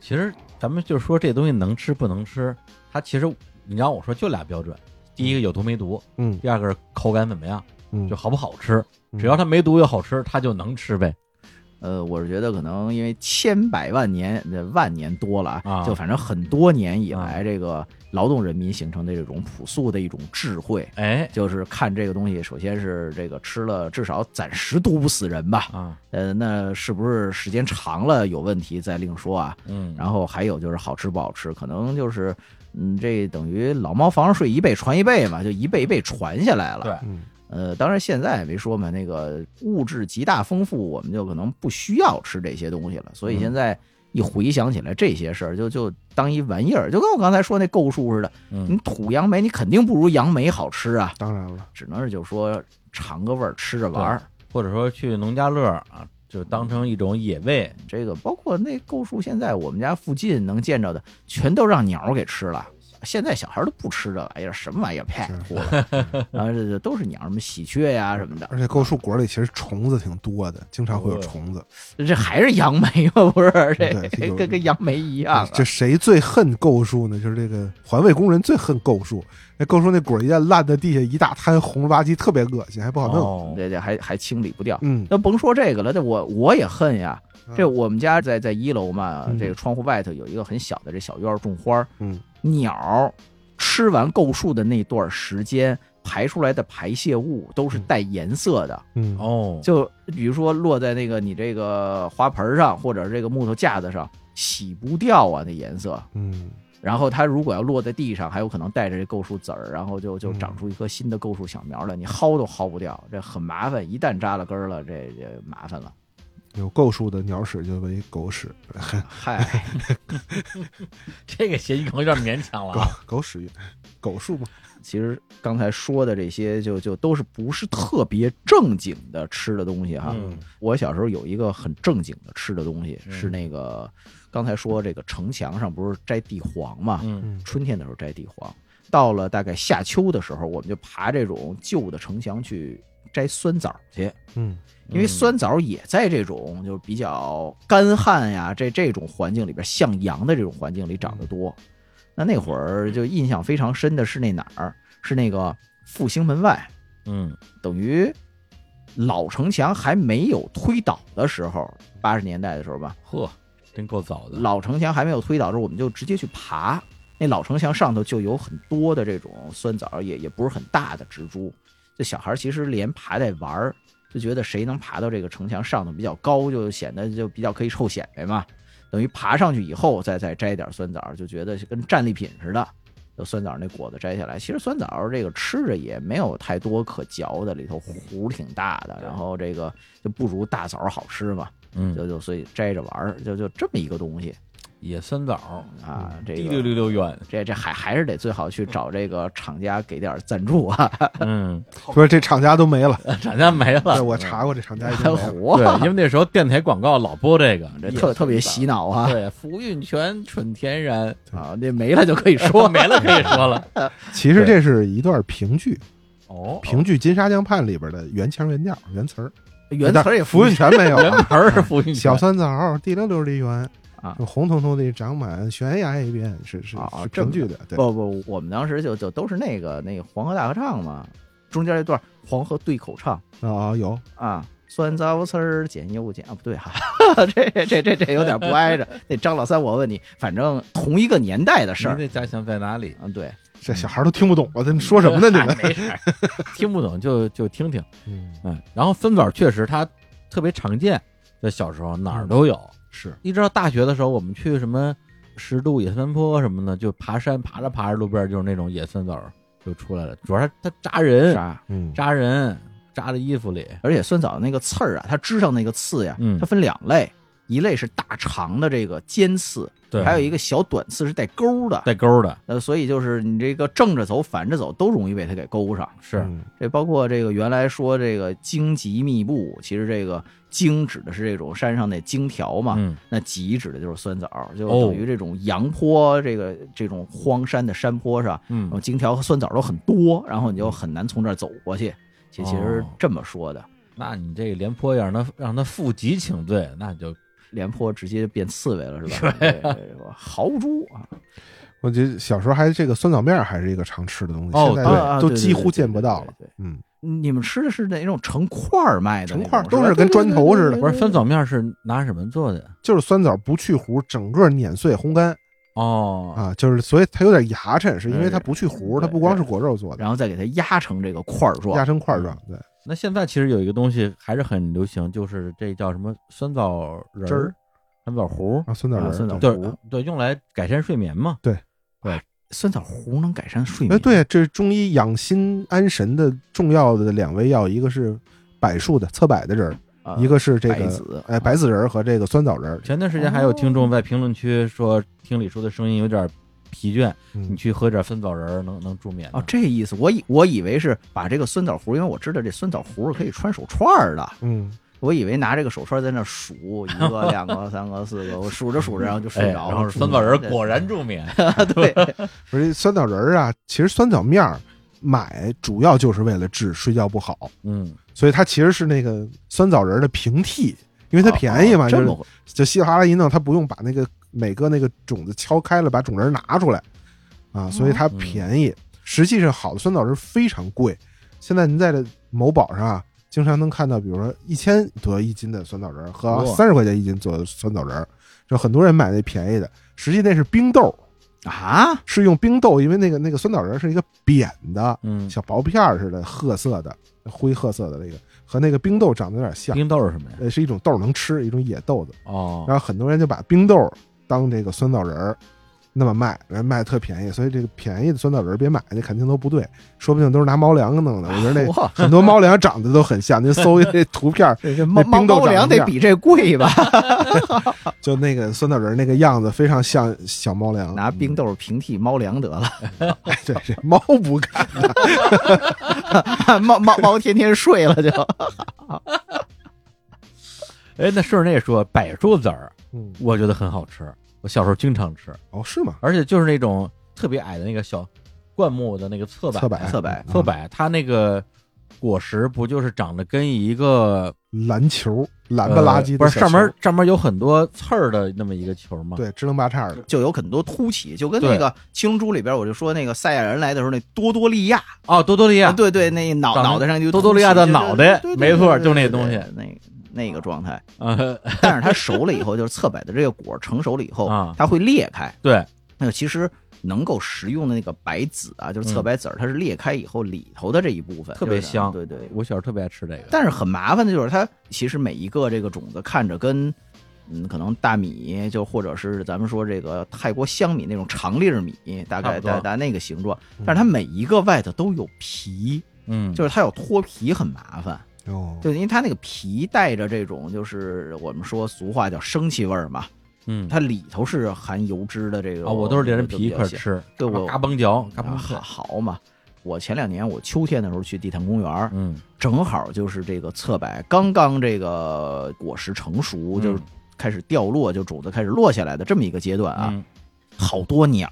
其实咱们就是说这东西能吃不能吃，它其实你让我说就俩标准，第一个有毒没毒，嗯第二个是口感怎么样，嗯，就好不好吃。嗯只要它没毒又好吃，它就能吃呗。呃，我是觉得可能因为千百万年，呃万年多了啊就反正很多年以来，这个劳动人民形成的这种朴素的一种智慧，哎，就是看这个东西，首先是这个吃了至少暂时毒不死人吧，啊，呃，那是不是时间长了有问题再另说啊？嗯，然后还有就是好吃不好吃，可能就是，嗯，这等于老猫房上睡一辈传一辈嘛，就一辈一辈传下来了。对嗯呃，当然现在也没说嘛，那个物质极大丰富，我们就可能不需要吃这些东西了。所以现在一回想起来这些事儿，就就当一玩意儿，就跟我刚才说那构树似的，你嗯，土杨梅你肯定不如杨梅好吃啊，当然了，只能是就说尝个味儿，吃着玩儿。或者说去农家乐啊，就当成一种野味，这个包括那构树，现在我们家附近能见着的，全都让鸟儿给吃了。现在小孩都不吃这玩意儿，什么玩意儿，呸是，糊了。然后这这都是鸟，什么喜鹊呀什么的，而且构树果里其实虫子挺多的，经常会有对虫子。这还是杨梅吗？不是，对这这有跟跟杨梅一样啊。这谁最恨构树呢？就是这个环卫工人最恨构树。那构树那果儿一旦烂在地下一大滩，红了吧唧，特别恶心，还不好弄。哦，这这还还清理不掉。嗯，那甭说这个了，这我我也恨呀。这嗯我们家在在一楼嘛，嗯这个窗户外头有一个很小的这小院儿种花儿，嗯，鸟儿吃完构树的那段时间排出来的排泄物都是带颜色的，嗯哦，就比如说落在那个你这个花盆上或者是这个木头架子上，洗不掉啊那颜色。嗯然后它如果要落在地上，还有可能带着这构树籽儿，然后就就长出一棵新的构树小苗来，你薅都薅不掉，这很麻烦。一旦扎了根儿了，这这麻烦了。有构树的鸟屎就为狗屎，嗨，这个谐音梗有点勉强 了狗啊。狗屎运，狗树嘛。其实刚才说的这些就就都是不是特别正经的吃的东西哈。嗯我小时候有一个很正经的吃的东西，嗯是那个刚才说这个城墙上不是摘地黄嘛，嗯嗯春天的时候摘地黄，到了大概夏秋的时候，我们就爬这种旧的城墙去摘酸枣去，嗯因为酸枣也在这种就是比较干旱呀这这种环境里边向阳的这种环境里长得多。那那会儿就印象非常深的是那哪儿？是那个复兴门外，嗯等于老城墙还没有推倒的时候，八十年代的时候吧，呵，真够早的。老城墙还没有推倒的时候，我们就直接去爬。那老城墙上头就有很多的这种酸枣，也也不是很大的植株。这小孩其实连爬带玩儿，就觉得谁能爬到这个城墙上头比较高，就显得就比较可以臭显摆嘛。等于爬上去以后，再再摘点酸枣，就觉得跟战利品似的。就酸枣那果子摘下来，其实酸枣这个吃着也没有太多可嚼的，里头核挺大的，然后这个就不如大枣好吃嘛，嗯，就就所以摘着玩儿，就就这么一个东西。野酸枣，啊，这滴溜个溜溜圆。这这还还是得最好去找这个厂家给点赞助啊，嗯，不是这厂家都没了，厂家没对了。我查过这厂家已经很没了。火，对，因为那时候电台广告老播这个，这野特酸枣特别洗。脑啊对，福运泉纯天然，啊，那没了就可以说没了可以说了。其实这是一段评剧，哦，评剧《金沙江畔》里边的原腔原调、原词儿。 原词儿也但福运全没有啊。原盆儿是福运小泉。酸枣滴溜溜的圆啊红彤彤的长满悬崖一边，是是啊是这评么剧的，对，不不，我们当时就就都是那个那个黄河大合唱嘛，中间这段黄河对口唱啊有啊。酸枣丝儿捡又捡啊，不对哈、 这这这这有点不挨着。那张老三，我问你，反正同一个年代的事您儿，的家乡在哪里？嗯，对，这小孩都听不懂了，他们说什么呢？你哎 们 没事儿，听不懂就就听听。嗯嗯，然后酸枣确实它特别常见，在小时候哪儿都有。是一直到大学的时候，我们去什么十渡野三坡什么的，就爬山，爬着爬着路边就是那种野酸枣就出来了。主要它它扎人是，啊。嗯扎人，扎在衣服里。而且酸枣那个刺儿啊，它枝上那个刺呀，嗯它分两类，一类是大长的这个尖刺，对，还有一个小短刺是带钩的。带钩的，呃，所以就是你这个正着走、反着走都容易被它给勾上。是嗯这包括这个原来说这个荆棘密布，其实这个荆指的是这种山上那荆条嘛，嗯，那棘指的就是酸枣，就哦等于这种阳坡，这个这种荒山的山坡上，然后嗯，荆条和酸枣都很多，然后你就很难从这儿走过去。其其实哦这么说的，那你这个廉颇要让他让他负极请罪，那就廉颇直接变刺猬了， 是吧？对豪猪啊，我觉得小时候还这个酸枣面还是一个常吃的东西，哦现在对啊都对对哎几对乎对见不对到对了。对嗯，你们吃的是那种成块儿卖的成那种，块儿都吧是跟砖头似的，不是酸枣面是拿什么做的？就是酸枣不去核，整个碾碎烘干哦，啊，就是所以它有点牙碜，是因为对它对不去核，它哎对嗯不光是果肉做的，然后再给它压成这个块儿压状。成块儿状。对，那现在其实有一个东西还是很流行，就是这叫什么酸枣仁汁儿、酸枣糊，啊，酸枣啊仁儿，酸枣对对糊对，用来改善睡眠嘛。酸枣糊能改善睡哎，眠？对，这是中医养心安神的重要的两味药，一个是柏树的侧柏的仁儿，啊，一个是这白个子，哎啊白子仁儿和这个酸枣仁儿。前段时间还有听众在评论区说，听李叔的声音有点疲倦，你嗯，去喝点酸枣仁儿能能助眠呢哦，这意思，我以我以为是把这个酸枣糊，因为我知道这酸枣糊是可以穿手串儿的，嗯我以为拿这个手串在那数一 个、两个、三个、四个，我数着数着然后就睡哎，着了。然后酸枣仁果然助眠， 对，不是酸枣仁儿啊，其实酸枣面儿买主要就是为了治睡觉不好，嗯，所以它其实是那个酸枣仁儿的平替，因为它便宜嘛，哦就这是么回就稀里哗啦一弄，它不用把那个每个那个种子敲开了，把种仁儿拿出来啊，哦所以嗯它便宜。实际上，好的酸枣仁儿非常贵，现在您在这某宝上啊，经常能看到，比如说一千多一斤的酸枣仁儿和哇三十块钱一斤左右的酸枣仁儿，就很多人买那便宜的，实际那是冰豆儿。啊？是用冰豆，因为那个那个酸枣仁是一个扁的，嗯，小薄片儿似的，褐色的，灰褐色的那个，和那个冰豆长得有点像，冰豆是什么呀？呃，是一种豆儿能吃，一种野豆子。哦，然后很多人就把冰豆儿当这个酸枣仁儿那么卖，人卖得特便宜，所以这个便宜的酸枣仁儿别买，那肯定都不对，说不定都是拿猫粮弄的。我觉得那哇，很多猫粮长得都很像，您搜一那图片儿，这这猫那猫冰豆猫长粮什么得样比这贵吧？就那个酸枣仁儿那个样子，非常像小猫粮。拿冰豆平替猫粮得了，哎对， 这猫不干，猫猫猫天天睡了就。哎，那顺着那说，柏树籽儿，嗯，我觉得很好吃，我小时候经常吃，哦，是吗？而且就是那种特别矮的那个小灌木的那个侧柏，侧柏，侧柏侧柏，它那个果实不就是长得跟一个篮球，蓝呃不拉几的不是小球、上面上面有很多刺儿的那么一个球吗？，对支棱八叉的，就有很多凸起，就跟对那个《七龙珠》里边，我就说那个赛亚人来的时候，那多多利亚，哦，多多利亚，啊对对，那脑长得脑袋上就多多利亚的凸起脑袋对对对没错对对就那对东西对对对那那个状态。呃，但是它熟了以后，就是侧柏的这个果成熟了以后啊，它会裂开。对，那个其实能够食用的那个白籽啊，就是侧柏籽儿，它是裂开以后里头的这一部分特别就是香对对。我小时候特别爱吃这个，但是很麻烦的就是它其实每一个这个种子看着跟。嗯，可能大米就或者是咱们说这个泰国香米那种长粒儿米，大差概不多大大那个形状，嗯但是它每一个外头都有皮，嗯，就是它要脱皮很麻烦。哦，对，因为它那个皮带着这种，就是我们说俗话叫生气味儿嘛，嗯，它里头是含油脂的这个。啊，我都是连着就皮一比较块儿咸，吃，哦对我嘎嘣嚼，嘎啊嘣好嗑，好嘛。我前两年我秋天的时候去地坛公园儿，嗯，正好就是这个侧柏刚刚这个果实成熟，嗯就是开始掉落，就种子开始落下来的这么一个阶段啊，嗯，好多鸟、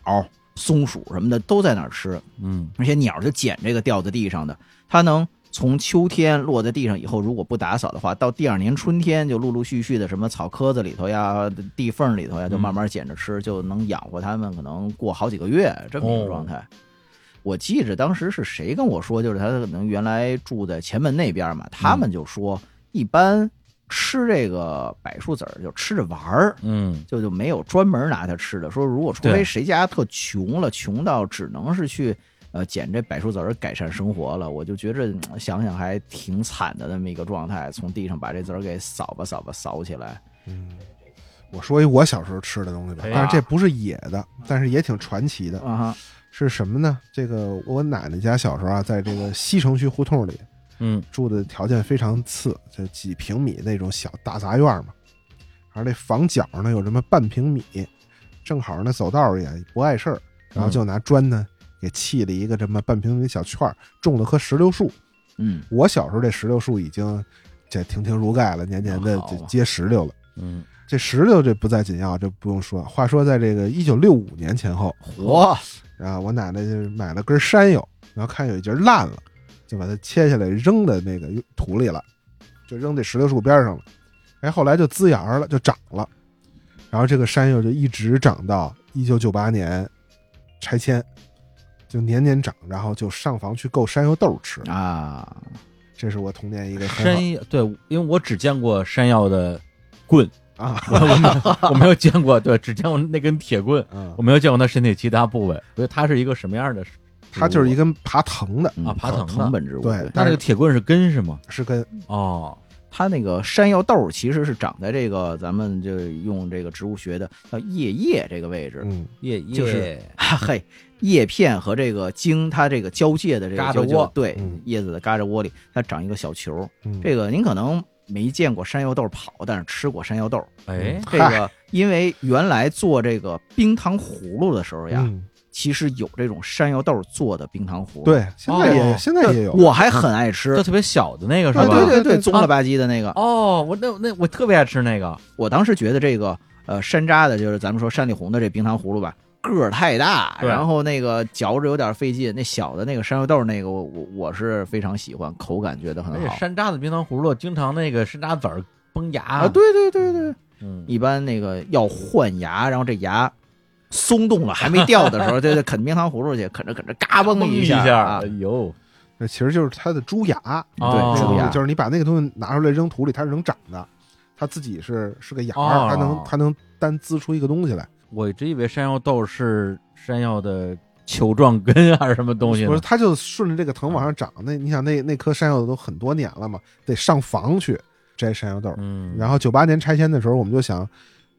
松鼠什么的都在那儿吃，嗯，而且鸟就捡这个掉在地上的，它能从秋天落在地上以后，如果不打扫的话，到第二年春天就陆陆续续的什么草窠子里头呀、地缝里头呀，就慢慢捡着吃，就能养活它们，可能过好几个月这么一个状态。我记着当时是谁跟我说，就是他可能原来住在前门那边嘛，他们就说一般吃这个柏树籽儿就吃着玩儿，嗯，就就没有专门拿它吃的。说如果除对非谁家特穷了，穷到只能是去呃捡这柏树籽儿改善生活了，我就觉着嗯想想还挺惨的那么一个状态。从地上把这籽儿给扫吧扫吧扫起来，嗯，我说一我小时候吃的东西吧哎，呀但是这不是野的，但是也挺传奇的，啊哈，是什么呢？这个我奶奶家小时候啊，在这 个西城区胡同里嗯，住的条件非常次，就几平米那种小大杂院嘛，而那房角呢有这么半平米，正好呢走道儿也不碍事儿，然后就拿砖呢。给砌了一个这么半平米小圈儿，种了棵石榴树，嗯我小时候这石榴树已经这亭亭如盖了，年年的好啊这结石榴了。嗯，这石榴这不再紧要，这不用说。话说，在这个一九六五年前后，嚯，啊，我奶奶就是买了根山药，然后看有一节烂了，就把它切下来扔在那个土里了，就扔这石榴树边上了。哎，后来就滋芽了，就长了，然后这个山药就一直长到一九九八年拆迁，就年年长，然后就上房去购山药豆吃。啊，这是我童年一个很好山药，对，因为我只见过山药的棍， 啊，我我没有我没有见过，对，只见过那根铁棍，嗯我，没有见过它身体其他部位，所以它是一个什么样的植物？它就是一根爬藤的，嗯啊爬藤的藤本植物，对那这个铁棍是根是吗？是根哦，它那个山药豆儿其实是长在这个咱们就用这个植物学的叫叶叶这个位置，嗯叶就是叶，啊嘿，叶片和这个茎它这个交界的这个嘎着就就窝对嗯，叶子的嘎着窝里，它长一个小球。嗯，这个您可能没见过山药豆跑，但是吃过山药 豆。哎，这个因为原来做这个冰糖葫芦的时候呀，嗯其实有这种山药豆做的冰糖葫芦。对，现在也、哦现在也有，我还很爱吃啊就。特别小的那个是对吧？对对对啊对棕了吧唧的那个，哦，我那那我特别爱吃那个，我当时觉得这个呃山楂的，就是咱们说山里红的这冰糖葫芦吧，个儿太大，对然后那个嚼着有点费劲。那小的那个山药豆那个，我我我是非常喜欢，口感觉得而很且好。山楂的冰糖葫芦经常那个山楂籽儿崩牙啊，，对对对对，嗯，一般那个要换牙，然后这牙松动了还没掉的时 候，就就啃冰糖葫芦去，啃着啃着嘎嘣一下啊哎，呦，那其实就是它的猪牙，哦对，蛀牙就是你把那个东西拿出来扔土里，它是能长的，它自己是是个芽儿，哦它能它能单滋出一个东西来。我一直以为山药豆是山药的球状根啊还是什么东西呢不是，它就顺着这个藤往上长。那你想那，那棵山药豆都很多年了嘛，得上房去摘山药豆。嗯，然后九八年拆迁的时候，我们就想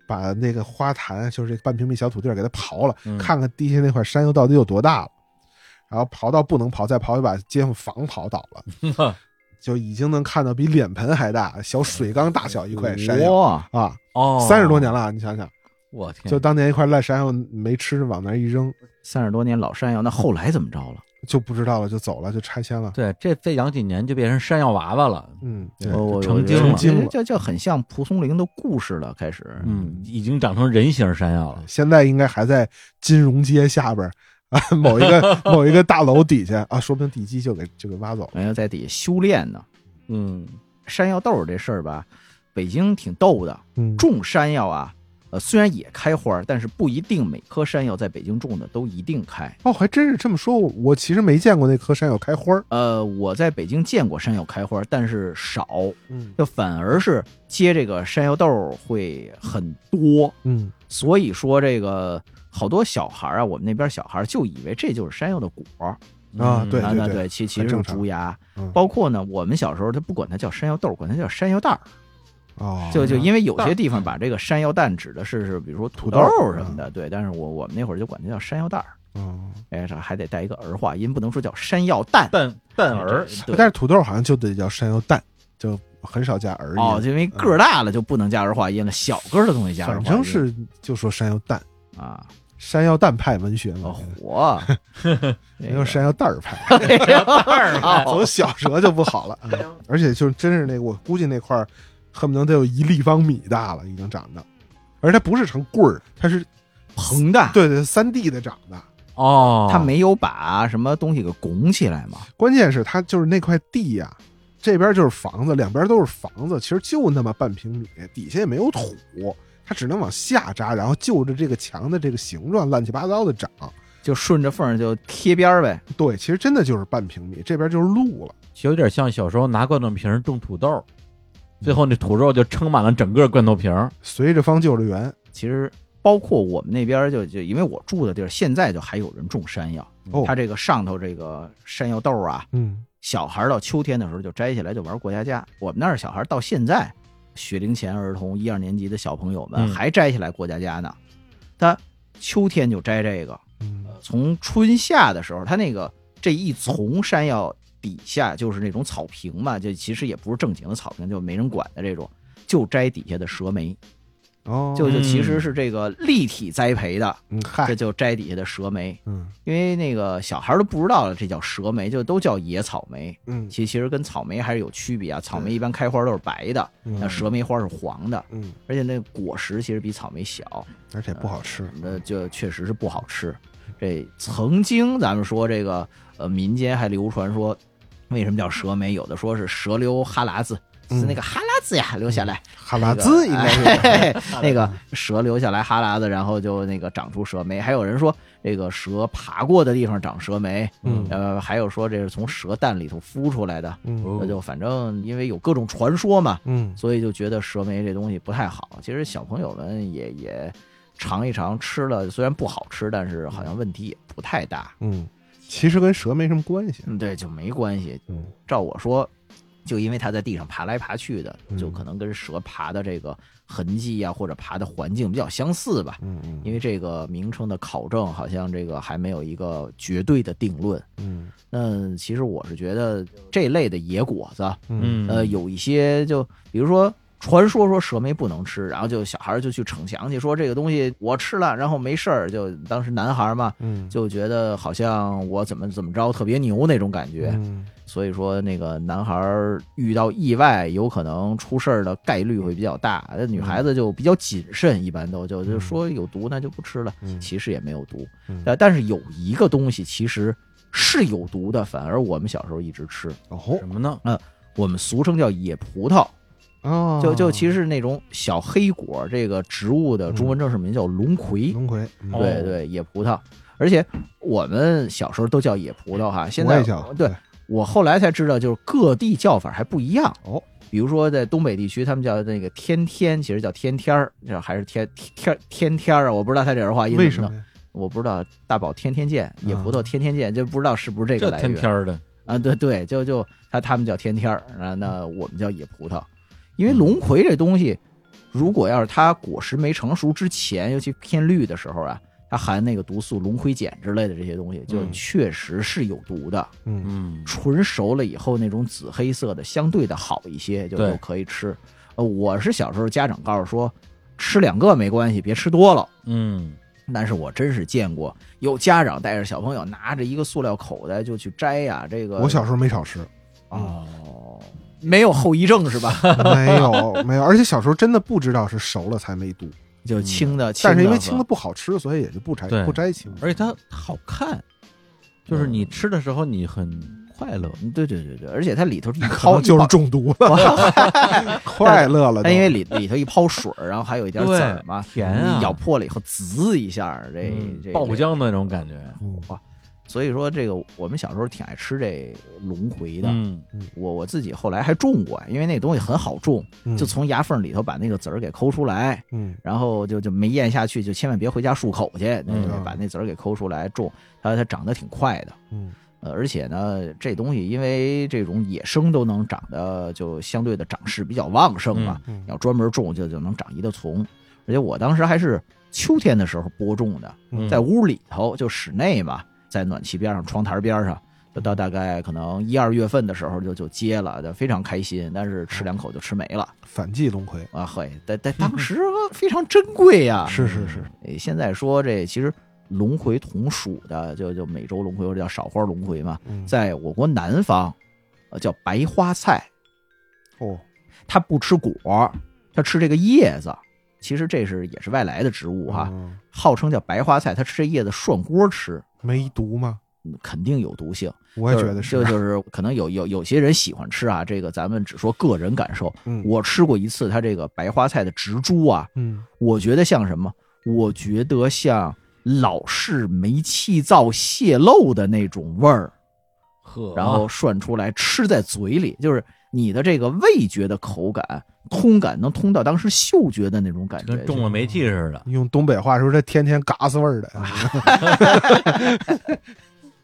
把那个花坛，就是这半平米小土地儿给它刨了，嗯看看地下那块山药到底有多大了。然后刨到不能刨，再刨就把街坊房刨倒了， 就已经能看到比脸盆还大、小水缸大小一块山药哇，啊！哦，三十多年，了，你想想，我天，就当年一块烂山药没吃，往那儿一扔三十多年老山药，那后来怎么着了？就不知道了，就走了，就拆迁了。对，这再养几年就变成山药娃娃了，嗯，对对我我成我觉得精了成精了这这很像蒲松龄的故事了，开始。嗯，已经长成人形山药了，现在应该还在金融街下边儿 啊，某一个某一个大楼底下啊，说不定地基就给就给挖走了。完哎要在底下修炼呢。嗯，山药豆儿这事儿吧，北京挺逗的，嗯种山药啊，呃，虽然也开花儿，但是不一定每棵山药在北京种的都一定开。哦，还真是这么说。我我其实没见过那棵山药开花儿。呃，我在北京见过山药开花儿，但是少，嗯就反而是接这个山药豆儿会很多。嗯，所以说这个好多小孩儿啊，我们那边儿小孩儿就以为这就是山药的果儿，啊嗯对啊，那对，其其实很是正常竹芽嗯。包括呢，我们小时候他不管它叫山药豆儿，管它叫山药蛋儿。哦，就就因为有蛋儿些地方把这个山药蛋指的是是，比如说嗯土土豆豆儿儿什么的，对。但是我我们那会儿就管它叫山药蛋儿，嗯，哎，这还得带一个儿化音，不能说叫山药蛋蛋蛋儿 儿，。对但是土豆好像就得叫山药蛋，就很少加儿音。哦，就因为个儿大了就不能加儿化音了，小个儿的东西加儿化嗯反音。正是就说山药蛋，啊，山药蛋派文学呃嘛，火，没有山药蛋儿派。哎呀 啊走小舌就不好了。嗯而且就真是那个，我估计那块儿恨不得得有一立方米大了，已经长的。而它不是成棍儿，它是膨大，对对三 D 的长的。哦，它没有把什么东西给拱起来嘛。关键是它就是那块地呀、这边就是房子，两边都是房子，其实就那么半平米，底下也没有土，它只能往下扎，然后就着这个墙的这个形状乱七八糟的长。就顺着缝儿就贴边儿呗，对，其实真的就是半平米，这边就是路了。有点像小时候拿罐头瓶儿种土豆，最后那土豆就撑满了整个罐头瓶儿。随着方救着圆，其实包括我们那边儿就就因为我住的地儿，现在就还有人种山药，哦它这个上头这个山药豆儿啊，嗯，小孩儿到秋天的时候就摘下来就玩过家家。我们那儿小孩儿到现在，学龄前儿童一二年级的小朋友们嗯还摘下来过家家呢。他秋天就摘这个，嗯从春夏的时候，他那个这一丛山药底下就是那种草坪嘛，就其实也不是正经的草坪，就没人管的这种，就摘底下的蛇莓，哦，就就嗯其实是这个立体栽培的，嗯这嗨，就摘底下的蛇莓，嗯因为那个小孩儿都不知道了，这叫蛇莓，就都叫野草莓。嗯其其实跟草莓还是有区别啊。草莓对一般开花都是白的，那嗯蛇莓花是黄的，嗯，而且那个果实其实比草莓小，而且不好吃。那就确实是不好吃。这曾经咱们说这个呃民间还流传说，为什么叫蛇莓？有的说是蛇流哈喇子，嗯是那个哈喇子呀流下来，哈喇子应该是 嘿嘿那个蛇流下来哈喇子，然后就那个长出蛇莓。还有人说这个蛇爬过的地方长蛇莓，嗯呃，还有说这是从蛇蛋里头孵出来的，嗯那就反正因为有各种传说嘛，嗯所以就觉得蛇莓这东西不太好。其实小朋友们也也尝一尝，吃了虽然不好吃，但是好像问题也不太大。嗯，其实跟蛇没什么关系。嗯，对，就没关系。嗯照我说，就因为它在地上爬来爬去的，嗯就可能跟蛇爬的这个痕迹呀、或者爬的环境比较相似吧。嗯嗯，因为这个名称的考证，好像这个还没有一个绝对的定论。嗯那其实我是觉得这类的野果子，嗯，嗯呃呃，有一些就比如说传说说蛇莓不能吃，然后就小孩儿就去逞强去说这个东西我吃了，然后没事儿，就当时男孩儿嘛，嗯，就觉得好像我怎么怎么着特别牛那种感觉，嗯所以说那个男孩儿遇到意外有可能出事儿的概率会比较大，那女嗯孩子就比较谨慎，一般都就就说有毒那就不吃了，嗯其实也没有毒嗯，但但是有一个东西其实是有毒的，反而我们小时候一直吃，哦什么呢？我们俗称叫野葡萄，哦，就就其实实是那种小黑果这个植物的中文正式名叫龙葵，龙葵，嗯哦对对，野葡萄。而且我们小时候都叫野葡萄哈，现我在也叫对我后来才知道，就是各地叫法还不一样哦。比如说在东北地区，他们叫那个天天，其实叫天天儿，这还是天天天天儿啊？我不知道他这儿话音怎为弄什么？呀？我不知道大宝天天见，野葡萄啊天天见，就不知道是不是这个这来天源。天儿的，啊，对对，就就他他们叫天天儿，啊，那我们叫野葡萄，因为龙葵这东西，如果要是它果实没成熟之前，尤其偏绿的时候啊，它含那个毒素龙葵碱之类的这些东西，就嗯确实是有毒的。嗯嗯，纯熟了以后，那种紫黑色的相对的好一些，就对就可以吃。呃，我是小时候家长告诉说，吃两个没关系，别吃多了。嗯，但是我真是见过有家长带着小朋友拿着一个塑料口袋就去摘呀、这个我小时候没少吃，啊哦，没有后遗症是嗯吧？没有没有，而且小时候真的不知道是熟了才没毒，就青的，嗯但是因为青青的的和不好吃，所以也就不摘对不摘青。而且它好看，就是你吃的时候你很快乐，嗯对对对对，而且它里头一可泡能就是一中毒 了，快乐了都。泡它因为里里头一泡水儿，然后还有一点籽儿嘛，对甜啊你咬破了以后滋一下，这嗯这爆浆的那种感觉，嗯所以说，这个我们小时候挺爱吃这龙葵的。嗯，我我自己后来还种过，因为那东西很好种，嗯就从牙缝里头把那个籽儿给抠出来，嗯然后就就没咽下去，就千万别回家漱口去，那嗯把那籽儿给抠出来种，它它长得挺快的。嗯呃，而且呢，这东西因为这种野生都能长得就相对的长势比较旺盛嘛，嗯要专门种就就能长一个丛。而且我当时还是秋天的时候播种的，嗯在屋里头就室内嘛，在暖气边上、窗台边上，就到大概可能一二月份的时候就就结了，就非常开心。但是吃两口就吃没了反季龙葵，啊，嘿，但但当 时非常珍贵呀、是是是，诶现在说这其实龙葵同属的，就就美洲龙葵或者叫少花龙葵嘛，嗯在我国南方，呃，叫白花菜，哦它不吃果儿，它吃这个叶子。其实这是也是外来的植物哈，嗯号称叫白花菜，它吃这叶子涮锅吃，没毒吗？嗯肯定有毒性。我也觉得，就是就就是可能有有有些人喜欢吃啊，这个咱们只说个人感受。嗯我吃过一次它这个白花菜的植株啊，嗯我觉得像什么？我觉得像老式煤气灶泄漏的那种味儿。呵，然后涮出来吃在嘴里，就是你的这个味觉的口感通感能通到当时嗅觉的那种感觉跟，中了煤气似的，嗯用东北话说，这天天嘎死味儿的，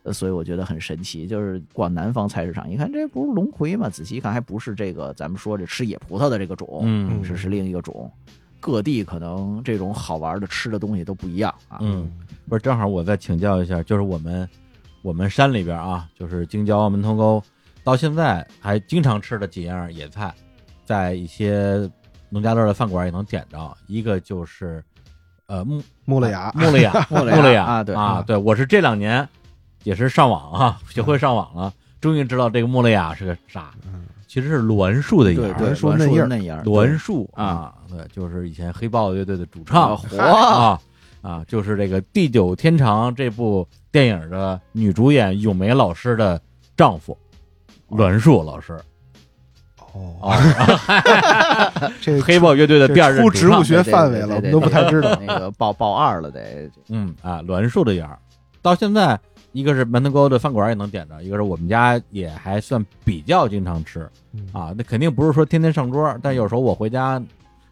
呃所以我觉得很神奇。就是逛南方菜市场，一看这不是龙葵吗？仔细一看，还不是这个咱们说这吃野葡萄的这个种，嗯是是另一个种。各地可能这种好玩的吃的东西都不一样啊。嗯，不是，正好我再请教一下，就是我们我们山里边啊，就是京郊门头沟，到现在还经常吃的几样野菜，在一些农家乐的饭馆也能点着。一个就是呃木木了啊牙，穆勒 雅穆勒雅勒雅啊对啊，对我是这两年也是上网啊，学嗯会上网了，终于知道这个穆勒雅是个啥，嗯其实是栾树的对一对，芽栾儿，树栾嫩树叶儿嫩叶儿，栾树对嗯啊，对，就是以前黑豹乐队的主 啊唱，火啊啊，就是这个《地久天长》这部电影的女主演咏梅老师的丈夫栾树老师哦，啊， 这黑豹乐队的第二任出主植唱物学范围了，我们都不太知道。那个报报二了得。嗯啊，栾树的芽儿，到现在一个是门头沟的饭馆也能点着，一个是我们家也还算比较经常吃嗯啊，那肯定不是说天天上桌，但有时候我回家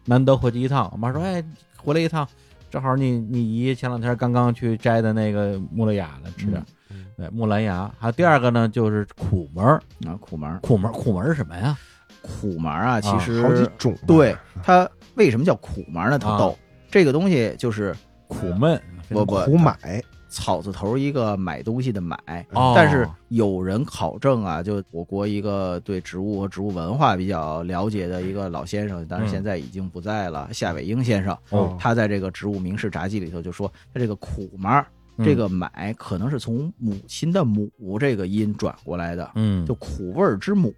难得回去一趟，我妈说哎回来一趟。正好你你姨前两天刚刚去摘的那个穆勒雅了，吃点儿，嗯对木兰芽。还有第二个呢，就是苦门儿，啊，苦麻儿，苦门儿苦门儿是什么呀？苦麻儿啊，其啊实好几种，对，它为什么叫苦麻呢？特啊逗，这个东西就是苦闷，不不胡买草字头一个买东西的买，哦但是有人考证啊，就我国一个对植物和植物文化比较了解的一个老先生，但是嗯现在已经不在了，夏伟英先生，哦他在这个《植物名士札记》里头就说，他这个苦麻嗯这个买可能是从母亲的母这个音转过来的，嗯，就苦味儿之母，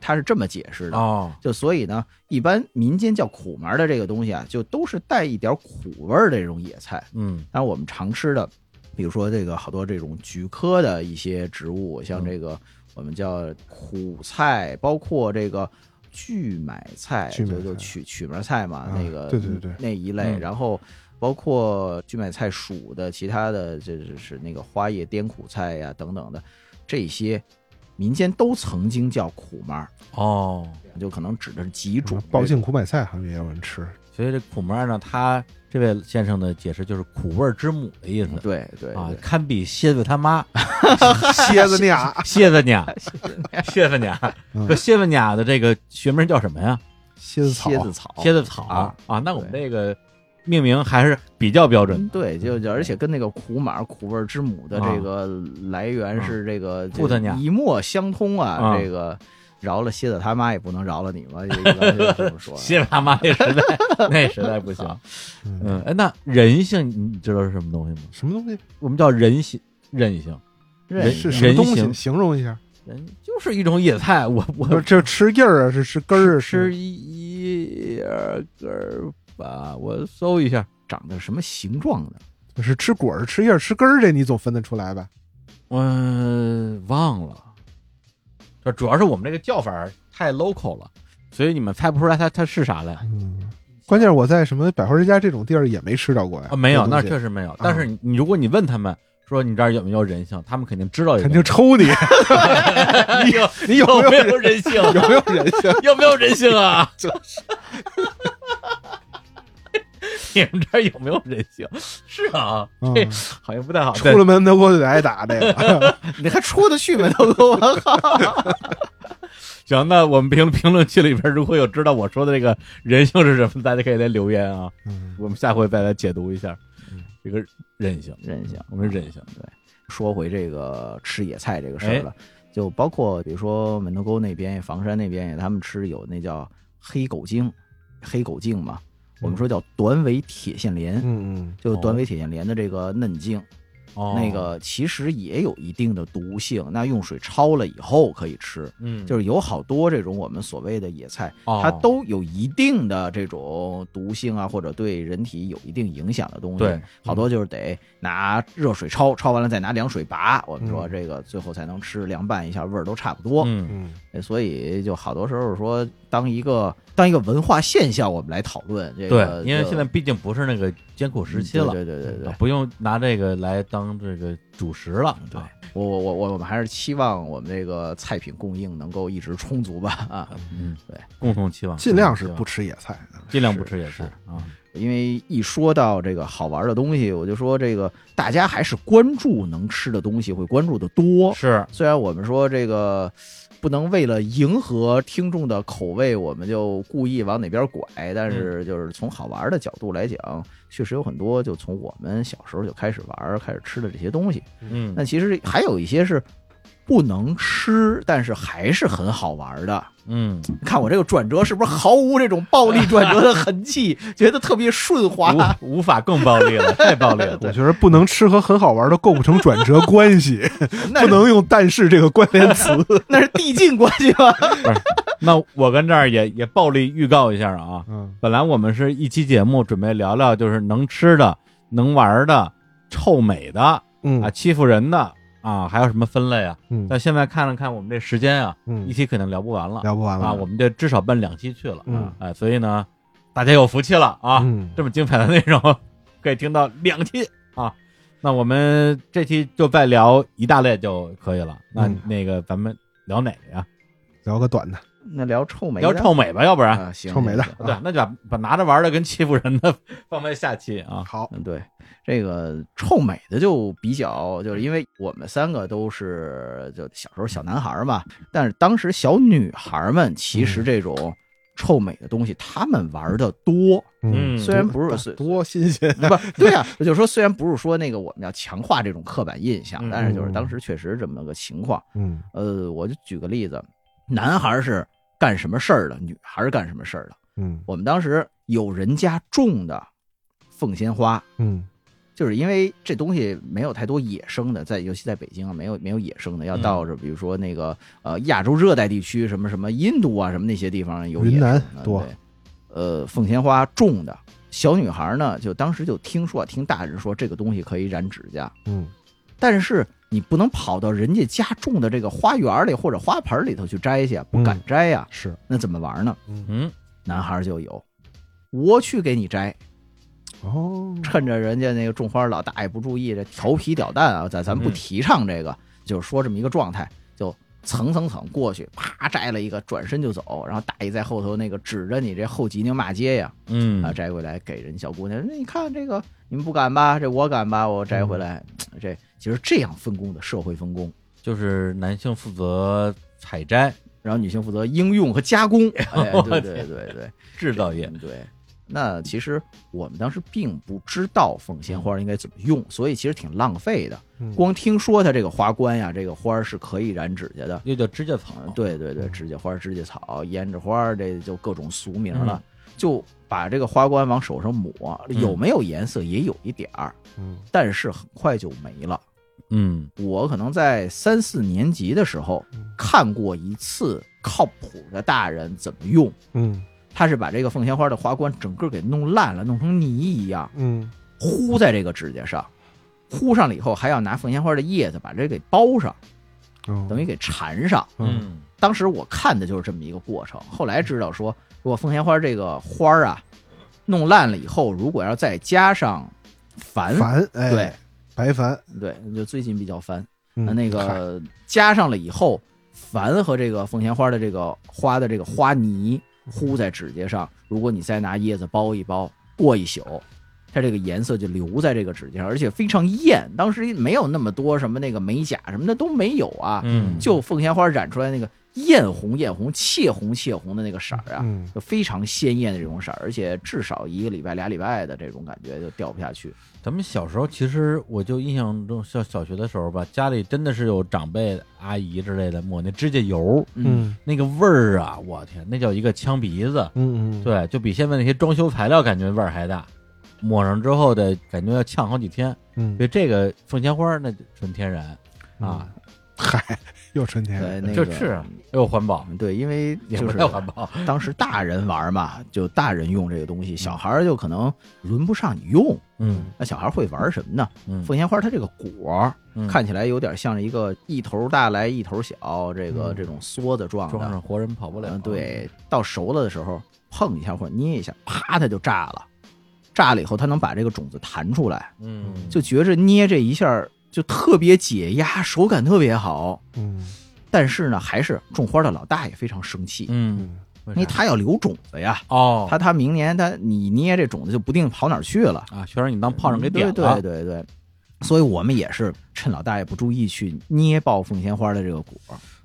他是这么解释的。哦，就所以呢，一般民间叫苦麻的这个东西啊，就都是带一点苦味儿的这种野菜。嗯当然，我们常吃的，比如说这个好多这种菊科的一些植物，嗯像这个我们叫苦菜，包括这个苣买菜，苣买就就菜曲曲麻菜嘛，啊那个对对对那一类，嗯然后。包括苣买菜属的其他的，这就是那个花叶滇苦菜呀、等等的，这些民间都曾经叫苦麻，哦，就可能指的是几种报信苦买菜好像也有人吃，所以这苦门按照他这位先生的解释，就是苦味儿之母的意思嗯对对啊对，堪比蝎子他妈，蝎 子酿蝎子娘，蝎子娘，嗯这蝎子娘啊的这个学名叫什么呀？蝎子草蝎子草，蝎子草啊啊，那我们这个命名还是比较标准嗯对，就就而且跟那个苦马苦味儿之母的啊这个来源是这个兔子娘一脉相通啊，啊这个饶了蝎子他妈也不能饶了你嘛，就一般就这么说的。。蝎子他妈那实在那实在不行，嗯，嗯，哎，那人性你知道是什么东西吗？什么东西？我们叫人性，韧性，人是人什么东西？形形容一下，人就是一种野菜，我我不是这吃叶儿啊，是吃根儿啊，吃一一二根儿吧，我搜一下，长得什么形状的？是是吃果儿、吃叶儿、吃根儿，这你总分得出来吧？我呃忘了。这主要是我们这个叫法儿太 local 了，所以你们猜不出来它它是啥来嗯，关键是我在什么百花之家这种地儿也没吃到过呀，啊？没有，那嗯这东确西实没有。但是你你如果你问他们说你这儿有没有人性，他们肯定知道有肯定抽 你，人性你有有没没有人有人性？啊有没有人 性？有没有人性 啊？ 你们这儿有没有人性？是啊，嗯这好像不太好。出了门德国就得挨打这 个，你还出得去吗？ 都给我行，那我们评评论区里边如果有知道我说的这个人性是什么，大家可以来留言啊，嗯我们下回再来解读一下嗯这个人性。任性。我们忍性，说回这个吃野菜这个事哎儿了，就包括比如说门头沟那边、房山那边也，他们吃有那叫黑狗精，黑狗茎嘛，我嗯们说叫短尾铁线莲。嗯就短尾铁线莲的这个嫩茎，哦那，个其实也有一定的毒性。那用水焯了以后可以吃，嗯，就是有好多这种我们所谓的野菜，哦它都有一定的这种毒性啊，或者对人体有一定影响的东西。对，好多就是得拿热水焯，焯完了再拿凉水拔。我们说嗯这个最后才能吃，凉拌一下味儿都差不多。嗯嗯哎所以就好多时候说，当一个当一个文化现象，我们来讨论这对个。，因为就嗯现在毕竟不是那个艰苦时期了，对对对对对嗯啊。不用拿这个来当这个主食了，对啊，我我我我我们还是期望我们这个菜品供应能够一直充足吧啊，嗯，对，共同期望，尽量是共不同期吃野菜的，望，尽量不吃野是菜啊，因为一说到这个好玩的东西，我就说这个大家还是关注能吃的东西，会关注的多。是，虽然我们说这个不能为了迎合听众的口味，我们就故意往哪边拐，但是就是从好玩的角度来讲，确实有很多就从我们小时候就开始玩、开始吃的这些东西。嗯那其实还有一些是不能吃，但是还是很好玩的。 嗯，看我这个转折是不是毫无这种暴力转折的痕迹？ 觉得特别顺滑。无无法更暴力了，太暴 力了，我觉得不能吃和很好玩的构不成转折 关系，那不能用但是这个关联词。那是递进关系 吧？那我跟这儿也也暴力预告一下啊，嗯，本来我们是一期节目准备聊聊就是能吃的、能玩的、臭美的啊、嗯欺负人的啊，还有什么分类啊？嗯但现在看了看我们这时间啊，一嗯，期肯定聊不完了聊不完了啊，我们这至少奔两期去了，嗯哎，所以呢，大家有福气了啊，嗯这么精彩的内容 可以听到两期啊。那我们这期就再聊一大类就可以了。那嗯那个咱们聊哪个呀？聊个短的，那聊臭美的，聊臭美吧，要不然啊，行，臭美的行对，那就把把拿着玩的跟欺负人的 放在下期啊。好，嗯，对，这个臭美的就比较，就是因为我们三个都嗯是就小时候小男孩儿嘛，但是当时小女孩儿们其实这种臭美的东西，他们玩的多，嗯，虽然不是虽多新鲜，不对啊，就是说虽然不是说那个我们要强化这种刻板印象嗯，但是就是当时确实这么个情况。嗯呃，我就举个例子，男孩是干什么事儿的，女孩是干什么事儿的。嗯我们当时有人家种的凤仙花，嗯就是因为这东西没有太多野生的，在尤其在北京啊，没有没有野生的，要嗯到这比如说那个呃亚洲热带地区，什么什么印度啊，什么那些地方有云野生南的多对呃，凤仙花种的。小女孩呢，就当时就听说，听大人说这个东西可以染指甲，嗯但是你不能跑到人家家种的这个花园里或者花盆里头去摘去啊，不敢嗯摘呀、是，那怎么玩呢？嗯嗯男孩就有，我去给你摘，哦，趁着人家那个种花老大爷不注意，这调皮捣蛋啊，咱咱不嗯提倡这个，就是说这么一个状态，就蹭蹭蹭过去，啪摘了一个，转身就走，然后大爷在后头那个指着你这后脊梁骂街呀，嗯啊，摘回来给人小姑娘，那你看这个你们不敢吧？这我敢吧？我摘回嗯来，这其实这样分工的社会分工。就是男性负责采摘然后女性负责应用和加工，哎，对对对对，制造业嗯，对。那其实我们当时并不知道凤仙嗯花应该怎么用，所以其实挺浪费的。嗯光听说它这个花冠呀，这个花儿是可以染指甲的。又叫指甲草嗯，，对对对，指甲花、指甲草、胭脂花，这就各种俗名了。就把这个花冠往手上抹，嗯有没有颜色也有一点儿，嗯但是很快就没了。嗯我可能在三四年级的时候嗯看过一次靠谱的大人怎么用，嗯他是把这个凤仙花的花冠整个给弄烂了，弄成泥一样，嗯糊在这个指甲上，糊上了以后还要拿凤仙花的叶子把这给包上，哦等于给缠上。嗯嗯当时我看的就是这么一个过程，后来知道说，如果凤仙花这个花儿啊，弄烂了以后，如果要再加上矾，烦哎对白烦，对，就最近比较烦，嗯那嗨个加上了以后，矾和这个凤仙花的这个花的这个花泥糊在指甲上，如果你再拿叶子包一包，过一宿，它这个颜色就留在这个指甲上，而且非常艳。当时没有那么多什么那个美甲什么的都没有啊，嗯，就凤仙花染出来那个艳红艳红、怯红怯红的那个色儿啊。嗯，就非常鲜艳的这种色儿，而且至少一个礼拜、俩礼拜的这种感觉就掉不下去。咱们小时候其实我就印象中，像小学的时候吧，家里真的是有长辈阿姨之类的抹那指甲油，嗯那个味儿啊，我天，那叫一个呛鼻子，嗯嗯，对，就比现在那些装修材料感觉味儿还大。抹上之后的感觉要呛好几天，嗯，所以这个凤仙花那就纯天然啊，嗨，又春天对，了，那这个是啊又环保，嗯对，因为也就不是太环保。当时大人玩嘛，就大人用这个东西，小孩儿就可能轮不上你用。嗯那小孩儿会玩什么呢？嗯，凤仙花它这个果儿嗯看起来有点像一个一头大来一头小，这个嗯这种梭子状装上的。活人跑不了。嗯，，对，到熟了的时候碰一下或者捏一下，啪，它就炸了。炸了以后，它能把这个种子弹出来，嗯，就觉着捏这一下儿就特别解压，手感特别好。嗯但是呢，还是种花的老大爷非常生气，嗯，嗯为因为啥他要留种子呀。哦，他他明年他你捏这种子就不定跑哪儿去了，啊，全让你当炮仗给点了。嗯啊对对对对，所以我们也是趁老大爷不注意去捏爆凤仙花的这个果，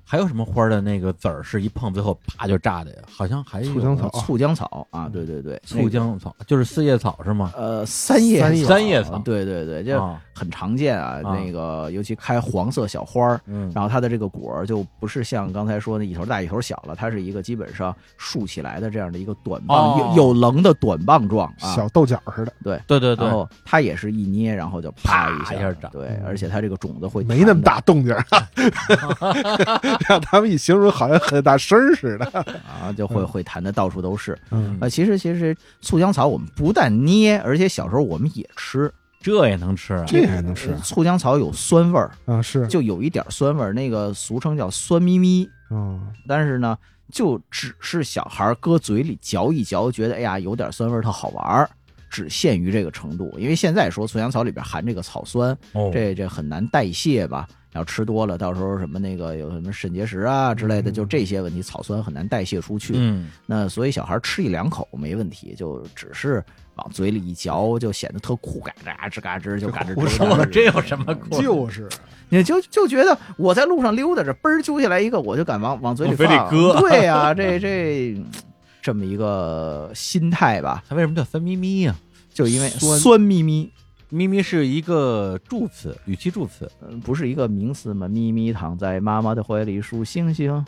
还有什么花的那个籽儿是一碰最后啪就炸的呀？好像还有醋浆草嗯醋浆草啊，对对对，醋浆草，就是四叶草是吗那？个呃三叶三叶三叶草对对对，这啊，很常见啊，啊那个尤其开黄色小花儿。嗯然后它的这个果儿就不是像刚才说的一头大一头小了，它是一个基本上竖起来的这样的一个短棒，哦有有棱的短棒状啊，小豆角似的，对对对然，后它也是一捏，然后就啪啪一一下长对嗯，而且它这个种子会没那么弹大动静儿，啊 让他们一形容好像很大声儿似的。的啊，就会嗯会弹的到处都是。嗯啊，其实其实醋浆草我们不但捏，而且小时候我们也吃。这也能吃啊？这还能吃啊醋浆草有酸味儿，啊？是，就有一点酸味儿，那个俗称叫酸咪咪。嗯但是呢，就只是小孩儿搁嘴里嚼一嚼，觉得哎呀有点酸味儿，它好玩儿。只限于这个程度，因为现在说醋浆草里边含这个草酸，哦，这这很难代谢吧？要吃多了，到时候什么那个有什么肾结石啊之类的，嗯就这些问题，草酸很难代谢出去。嗯那所以小孩吃一两口没问题，就只是往嘴里一嚼，就显得特酷，嘎吱吱嘎吱就嘎吱这吱什么嘎吱。嗯这有什么酷就是你就就觉得我在路上溜达着，嘣儿揪下来一个，我就敢往往嘴里往 嘴里放搁对呀、这这。这么一个心态吧，它为什么叫酸咪咪呀、就因为酸酸咪咪，咪咪是一个助词，语气助词。嗯不是一个名词嘛，咪咪躺在妈妈的怀里数星星，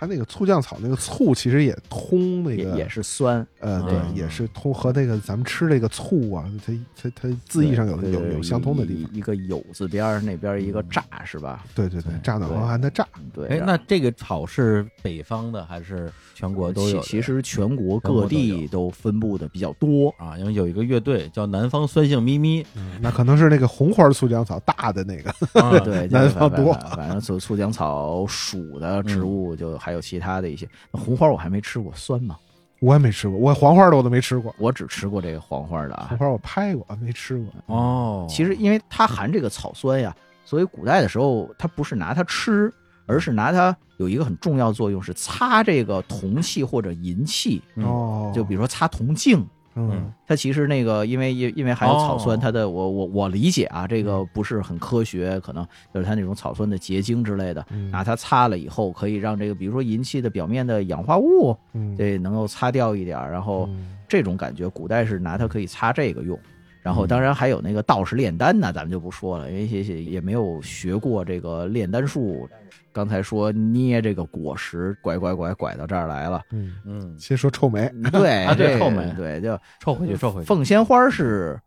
它那个醋酱草那个醋其实也通那也个，也是酸，呃，嗯对，也是通和那个咱们吃那个醋啊，它它它字义上有对有有相通的地，方。嗯一一个有字边儿那边儿一个炸是吧？对对对对，炸暖对黄寒的炸，对，啊哎，然那这个草是北方的还是全国都有的？其其实全国全国各都地都分布的比较多。啊，因为有一个乐队叫南方酸性咪 咪，嗯那可能是那个红花醋酱草大的那个，啊、对，南就是方反多嗯反反正醋醋浆草属的植物，就还有其他的一些红花，我还没吃过，酸吗？我也没吃过，我黄花的我都没吃过，我只吃过这个黄花的红啊。花我拍过，没吃过。哦，其实因为它含这个草酸呀，所以古代的时候它不是拿它吃，而是拿它有一个很重要作用是擦这个铜器或者银器，嗯哦，就比如说擦铜镜，嗯它其实那个，因为因因为含有草酸，哦它的我我我理解啊，这嗯个不是很科学，可能就是它那种草酸的结晶之类的，嗯拿它擦了以后，可以让这个比如说银器的表面的氧化物，嗯，对，哦能够擦掉一点儿，然后嗯这种感觉，古代是拿它可以擦这个用。然后，当然还有那个道士炼丹呢，咱们就不说了，因为也也也没有学过这个炼丹术。刚才说捏这个果实，拐拐拐拐到这儿来了，嗯，嗯，先说臭美，对，啊对这个后门对，就抽回去，抽回去。凤仙花是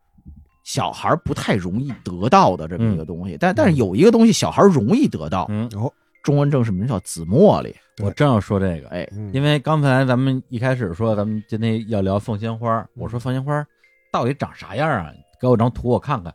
小孩儿不太容易得到的这么一个东西，但但是有一个东西小孩儿容易得到，嗯，哦，中文正式名叫紫茉莉。我正要说这个，哎，嗯因为刚才咱们一开始说咱们今天要聊凤仙花，我说凤仙花到底长啥样啊？给我张图我看看。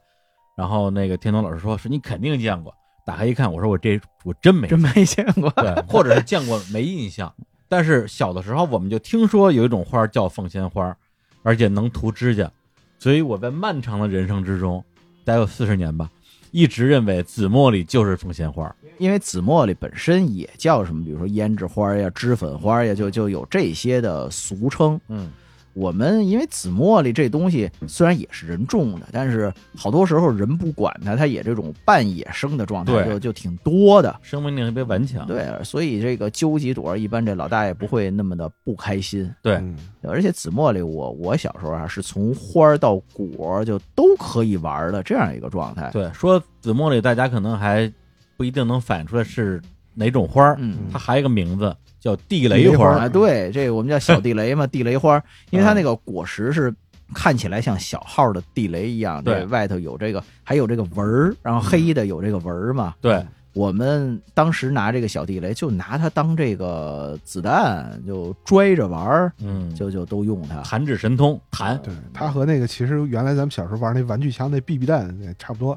然后那个天童老师说，说你肯定见过。打开一看，我说我这我真没真没见过。对，或者是见过没印象。但是小的时候我们就听说有一种花叫凤仙花，而且能涂指甲，所以我在漫长的人生之中，待有四十年吧，一直认为紫茉莉就是凤仙花。因为紫茉莉本身也叫什么，比如说胭脂花呀、脂粉花呀，就就有这些的俗称。嗯，我们因为紫茉莉这东西虽然也是人种的，但是好多时候人不管它，它也这种半野生的状态对就就挺多的。生命力特别顽强。对，所以这个揪几朵，一般这老大爷不会那么的不开心。对，嗯而且紫茉莉我，我小时候啊，是从花儿到果儿就都可以玩儿的这样一个状态。对，说紫茉莉，大家可能还不一定能反映出来是哪种花儿，嗯，它还有一个名字叫地雷花地雷儿。嗯啊，对，这个我们叫小地雷嘛，地雷花儿，因为它那个果实是看起来像小号的地雷一样，对嗯这外头有这个，还有这个纹儿，然后黑的有这个纹儿嘛。对，我们当时拿这个小地雷，就拿它当这个子弹，就拽着玩儿，嗯，就就都用它。弹指神通，弹对，它和那个其实原来咱们小时候玩那玩具枪那 BB 弹也差不多，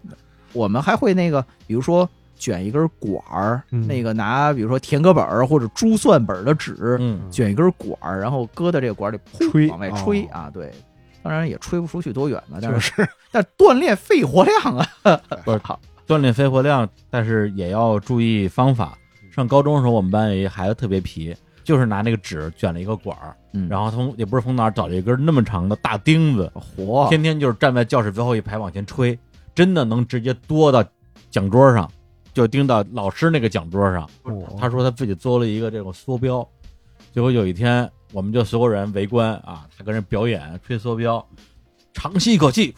我们还会那个，比如说卷一根管儿，嗯那个拿比如说田格本儿或者珠算本儿的纸、嗯，卷一根管儿，然后搁到这个管儿里，噗吹往外吹、哦啊，对。当然也吹不出去多远吧，但就是是但锻炼肺活量啊，不是好锻炼肺活量，但是也要注意方法。上高中的时候，我们班有一孩子特别皮，就是拿那个纸卷了一个管儿，嗯然后从也不是从哪儿找了一根那么长的大钉子，活天天就是站在教室最后一排往前吹，真的能直接多到讲桌上，就钉到老师那个讲桌上。哦他说他自己做了一个这种缩标，结果有一天我们就所有人围观啊，他跟人表演吹缩标，长吸一口气，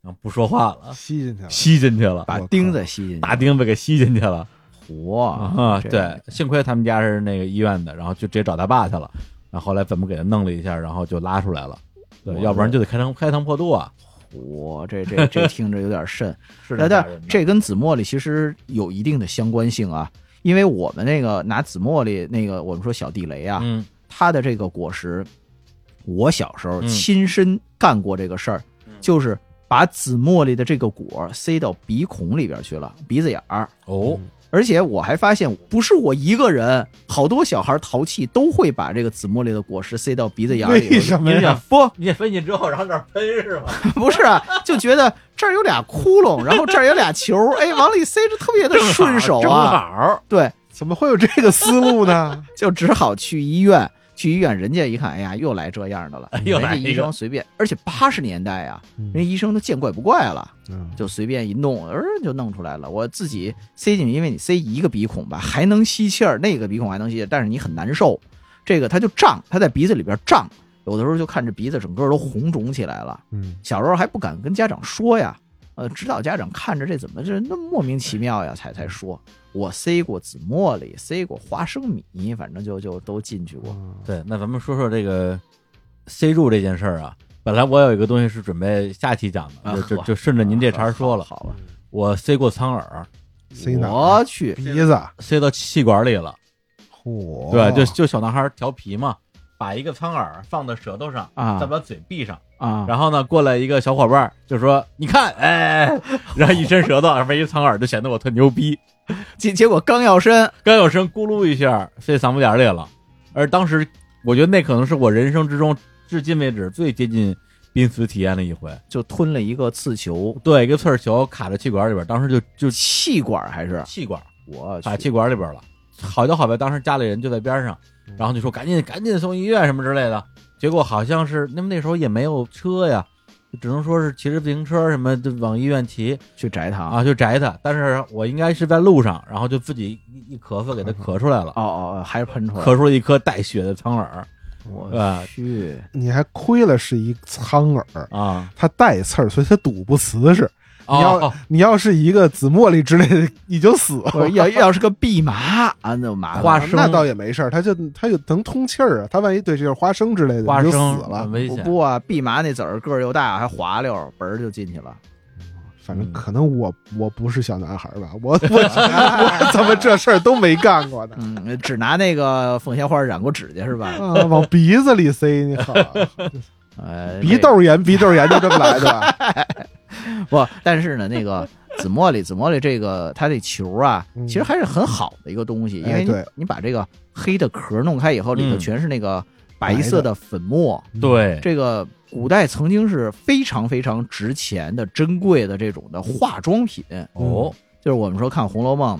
然后不说话了，吸进去了，吸进去了，把我靠钉子吸进去，大钉子给吸进去了活啊！这对，幸亏他们家是那个医院的，然后就直接找他爸去了。然后后来怎么给他弄了一下，然后就拉出来了。对，哇要不然就得开膛开膛破肚啊！活这这这听着有点瘆，是那的，但这跟紫茉莉其实有一定的相关性啊，因为我们那个拿紫茉莉那个我们说小地雷啊，嗯它的这个果实，我小时候嗯亲身干过这个事儿，就是把紫茉莉的这个果塞到鼻孔里边去了，鼻子眼儿。哦，而且我还发现，不是我一个人，好多小孩淘气都会把这个紫茉莉的果实塞到鼻子眼儿里。为什么你想呀？不？你也分析之后，然后那儿喷是吧？ 不是啊，就觉得这儿有俩窟窿，然后这儿有俩球，哎，往里塞着特别的正好顺手正啊。好对，怎么会有这个思路 呢？就只好去医院。去医院，人家一看，哎呀，又来这样的了。 又来人家一医个生随便，而且八十年代啊，嗯人家医生都见怪不怪了，嗯就随便一弄，呃，就弄出来了。我自己塞进去，因为你塞一个鼻孔吧，还能吸气儿，那个鼻孔还能吸气儿，但是你很难受。这个它就胀，它在鼻子里边胀，有的时候就看着鼻子整个都红肿起来了。嗯，小时候还不敢跟家长说呀，呃，指导家长看着这怎么这那莫名其妙呀，才才说。我塞过紫茉莉，塞过花生米，反正就就都进去过。嗯对，那咱们说说这个塞入这件事儿啊。本来我有一个东西是准备下期讲的，啊就就好就顺着您这茬儿说了，好吧？我塞过苍耳，塞哪儿？啊我去，鼻子，塞到气管里了。嚯，哦对，就就小男孩调皮嘛，把一个苍耳放到舌头上，啊再把嘴闭上，啊，然后呢，过来一个小伙伴儿就说：“你看，哎，然后一伸舌头， 上面一苍耳，就显得我特牛逼。结结果刚要伸，刚有声咕噜一下飞嗓子眼儿里了，而当时我觉得那可能是我人生之中至今为止最接近濒死体验的一回。就吞了一个刺球，对，一个刺儿球卡在气管里边儿，当时就就气管还是气管我卡去气管里边儿了。好就好在当时家里人就在边上，然后就说赶紧赶紧送医院什么之类的。结果好像是那么那时候也没有车呀，就只能说是骑着自行车什么就往医院骑。去摘它啊，就摘它。但是我应该是在路上，然后就自己一一咳嗽给它咳出来了，哦哦，哦还是喷出来了。咳出了一颗带血的苍耳我呃 去，你还亏了是一苍耳，啊！它带刺儿，所以它堵不瓷实。哦你要哦你要是一个紫茉莉之类的，你就死了。不是要要是个蓖麻啊，那麻花花生那倒也没事儿，它就它就能通气儿啊。它万一对这是花生之类的，花你生就死了很。危不险。不啊，蓖麻那籽儿个儿又大，还滑溜，嘣儿就进去了。反正嗯可能我我不是小男孩儿吧，我我 我怎么这事儿都没干过呢？嗯，只拿那个凤仙花染过指甲是吧？啊，往鼻子里塞，你好，呃，鼻窦炎，鼻窦炎就这么来 的吧？这个不，但是呢，那个紫茉莉，紫茉莉这个它这球啊，嗯其实还是很好的一个东西，因哎为你对你把这个黑的壳弄开以后，里头嗯全是那个白色的粉末，对，这个古代曾经是非常非常值钱的、珍贵的这种的化妆品。哦，就是我们说看《红楼梦》，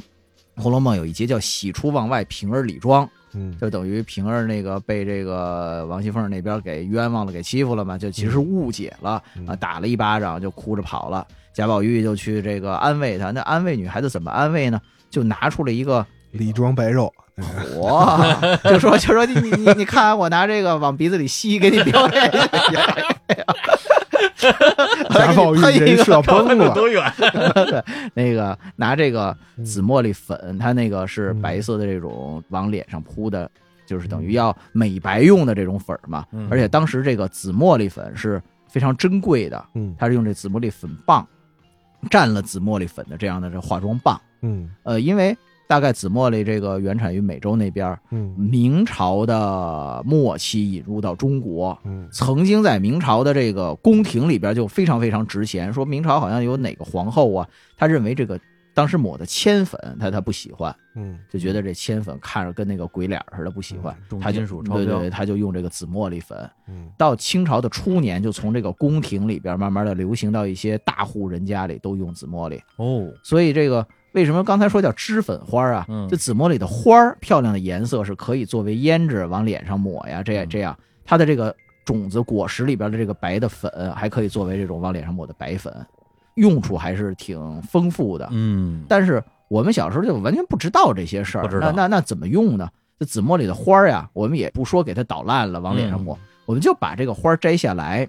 《红楼梦》有一节叫“喜出望外，平儿李庄”，嗯，就等于平儿那个被这个王熙凤那边给冤枉了，给欺负了嘛，就其实误解了嗯啊，打了一巴掌就哭着跑了。贾宝玉就去这个安慰她，那安慰女孩子怎么安慰呢？就拿出了一个李庄白 肉，火， 就说就说你你你你看啊我拿这个往鼻子里吸，给你表演一下。贾宝玉人设崩了，多远？那个拿这个嗯紫茉莉粉，它那个是嗯白色的这种往脸上铺的，就是等于要美白用的这种粉儿嘛。嗯而且当时这个紫茉莉粉是非常珍贵的，嗯它是用这紫茉莉粉棒蘸了紫茉莉粉的这样的这化妆棒。嗯呃，因为大概紫茉莉这个原产于美洲那边儿，嗯明朝的末期引入到中国，嗯曾经在明朝的这个宫廷里边就非常非常值钱。说明朝好像有哪个皇后啊，她认为这个当时抹的铅粉，她她不喜欢，嗯，就觉得这铅粉看着跟那个鬼脸儿似的，不喜欢。重她就金属超对对标对，，她就用这个紫茉莉粉。嗯到清朝的初年，就从这个宫廷里边慢慢的流行到一些大户人家里都用紫茉莉。哦，所以这个为什么刚才说叫脂粉花儿啊？嗯这紫茉莉的花儿漂亮的颜色是可以作为胭脂往脸上抹呀，这样嗯这样，它的这个种子果实里边的这个白的粉还可以作为这种往脸上抹的白粉，用处还是挺丰富的。嗯，但是我们小时候就完全不知道这些事不儿知，那道那那怎么用呢？这紫茉莉的花儿呀，我们也不说给它捣烂了往脸上嗯抹，我们就把这个花儿摘下来，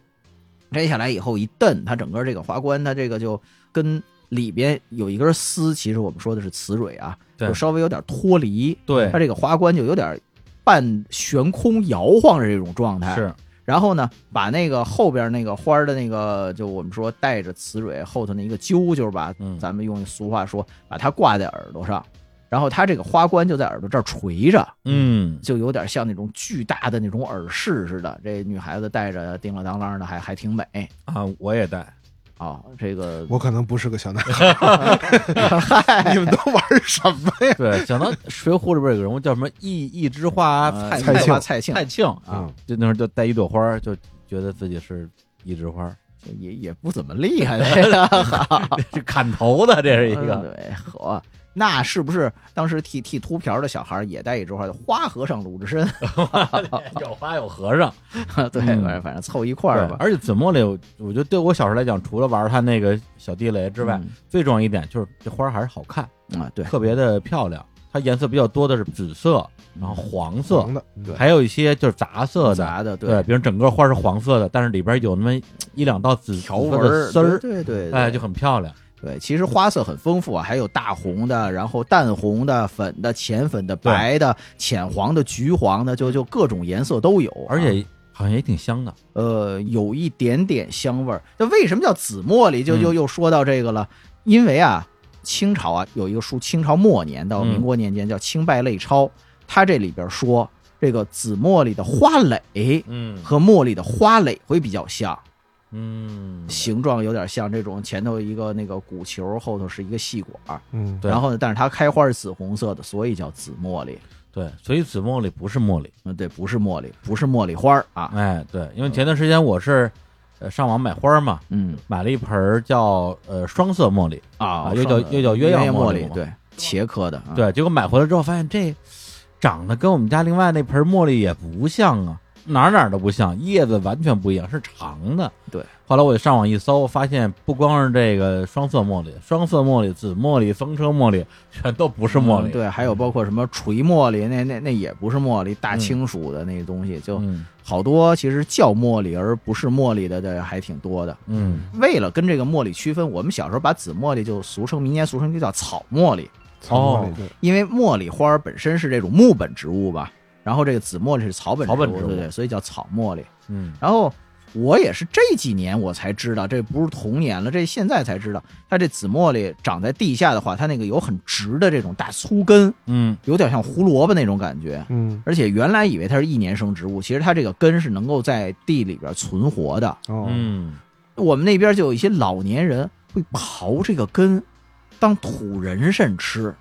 摘下来以后一蹬，它整个这个花冠，它这个就跟里边有一根丝，其实我们说的是雌蕊啊，对就稍微有点脱离，对它，这个花冠就有点半悬空摇晃着这种状态，是然后呢，把那个后边那个花儿的那个，就我们说带着雌蕊后头那一个揪揪吧，嗯咱们用俗话说，把它挂在耳朵上，然后它这个花冠就在耳朵这儿垂着，嗯，就有点像那种巨大的那种耳饰似的。这女孩子戴着叮了当啷的，还还挺美啊，我也带，啊、这个 我可能不是个小 男孩儿，你们都玩儿什么呀？对，想到《水浒》里边有个人物叫什么一一枝花呃蔡啊蔡菜庆花蔡庆蔡庆啊嗯，就那时候就带一朵花儿，就觉得自己是一枝花 儿，也也不怎么厉害的，这砍头的，这是一嗯个，对，好。那是不是当时剃剃秃瓢的小孩儿也戴一枝花？花和尚鲁智深， 嗯 有花有和尚。对，嗯反正反正凑一块儿对吧。而且紫茉莉，我我觉得对我小时候来讲，除了玩它那个小地雷之外，嗯最重要一点就是这花儿还是好看，啊，对，特别的漂亮。它颜色比较多的是紫色，然后嗯黄色黄，的，对还有一些就是杂色复的。杂的，对，比如整个花是黄色的，但是里边有那么嗯一两道紫条紫纹色儿的丝儿，对对，对哎，就很漂亮。对。其实花色很丰富啊，还有大红的，然后淡红的、粉的、浅粉的、白的、浅黄的、橘黄的，就就各种颜色都有啊、而且好像也挺香的。呃，有一点点香味儿。那为什么叫紫茉莉？就就嗯又说到这个了，因为啊，清朝啊有一个书，清朝末年嗯到民国年间叫《清拜类钞》，它这里边说这个紫茉莉的花蕾嗯和茉莉的花蕾会比较像，嗯，形状有点像这种前头一个那个鼓球，后头是一个细管儿。嗯，对然后呢，但是它开花是紫红色的，所以叫紫茉莉。对，所以紫茉莉不是茉莉。嗯，对，不是茉莉，不是茉莉花儿啊。哎，对，因为前段时间我是呃上网买花儿嘛，嗯买了一盆儿叫呃双色茉莉，啊啊，又叫上又叫鸳鸳鸯茉茉莉莉，对，茄科的。啊对，结果买回来之后发现这长得跟我们家另外那盆茉莉也不像啊，哪儿哪儿都不像，叶子完全不一样，是长的。对，后来我就上网一搜，发现不光是这个双色茉莉，双色茉莉、紫茉莉、风车茉莉全都不是茉嗯莉。对，还有包括什么垂茉莉，那那那也不是茉莉，大青属的那东西，就嗯好多其实叫茉莉而不是茉莉的的还挺多的。嗯，为了跟这个茉莉区分，我们小时候把紫茉莉就俗称，民间俗称就叫草茉莉，草茉哦莉对因为茉莉花儿本身是这种木本植物吧，然后这个紫茉莉是草本植物，草本植物对对，所以叫草茉莉。嗯然后我也是这几年我才知道，这不是童年了，这现在才知道，它这紫茉莉长在地下的话，它那个有很直的这种大粗根，嗯有点像胡萝卜那种感觉。嗯，而且原来以为它是一年生植物，其实它这个根是能够在地里边存活的。哦，嗯，我们那边就有一些老年人会刨这个根当土人参吃，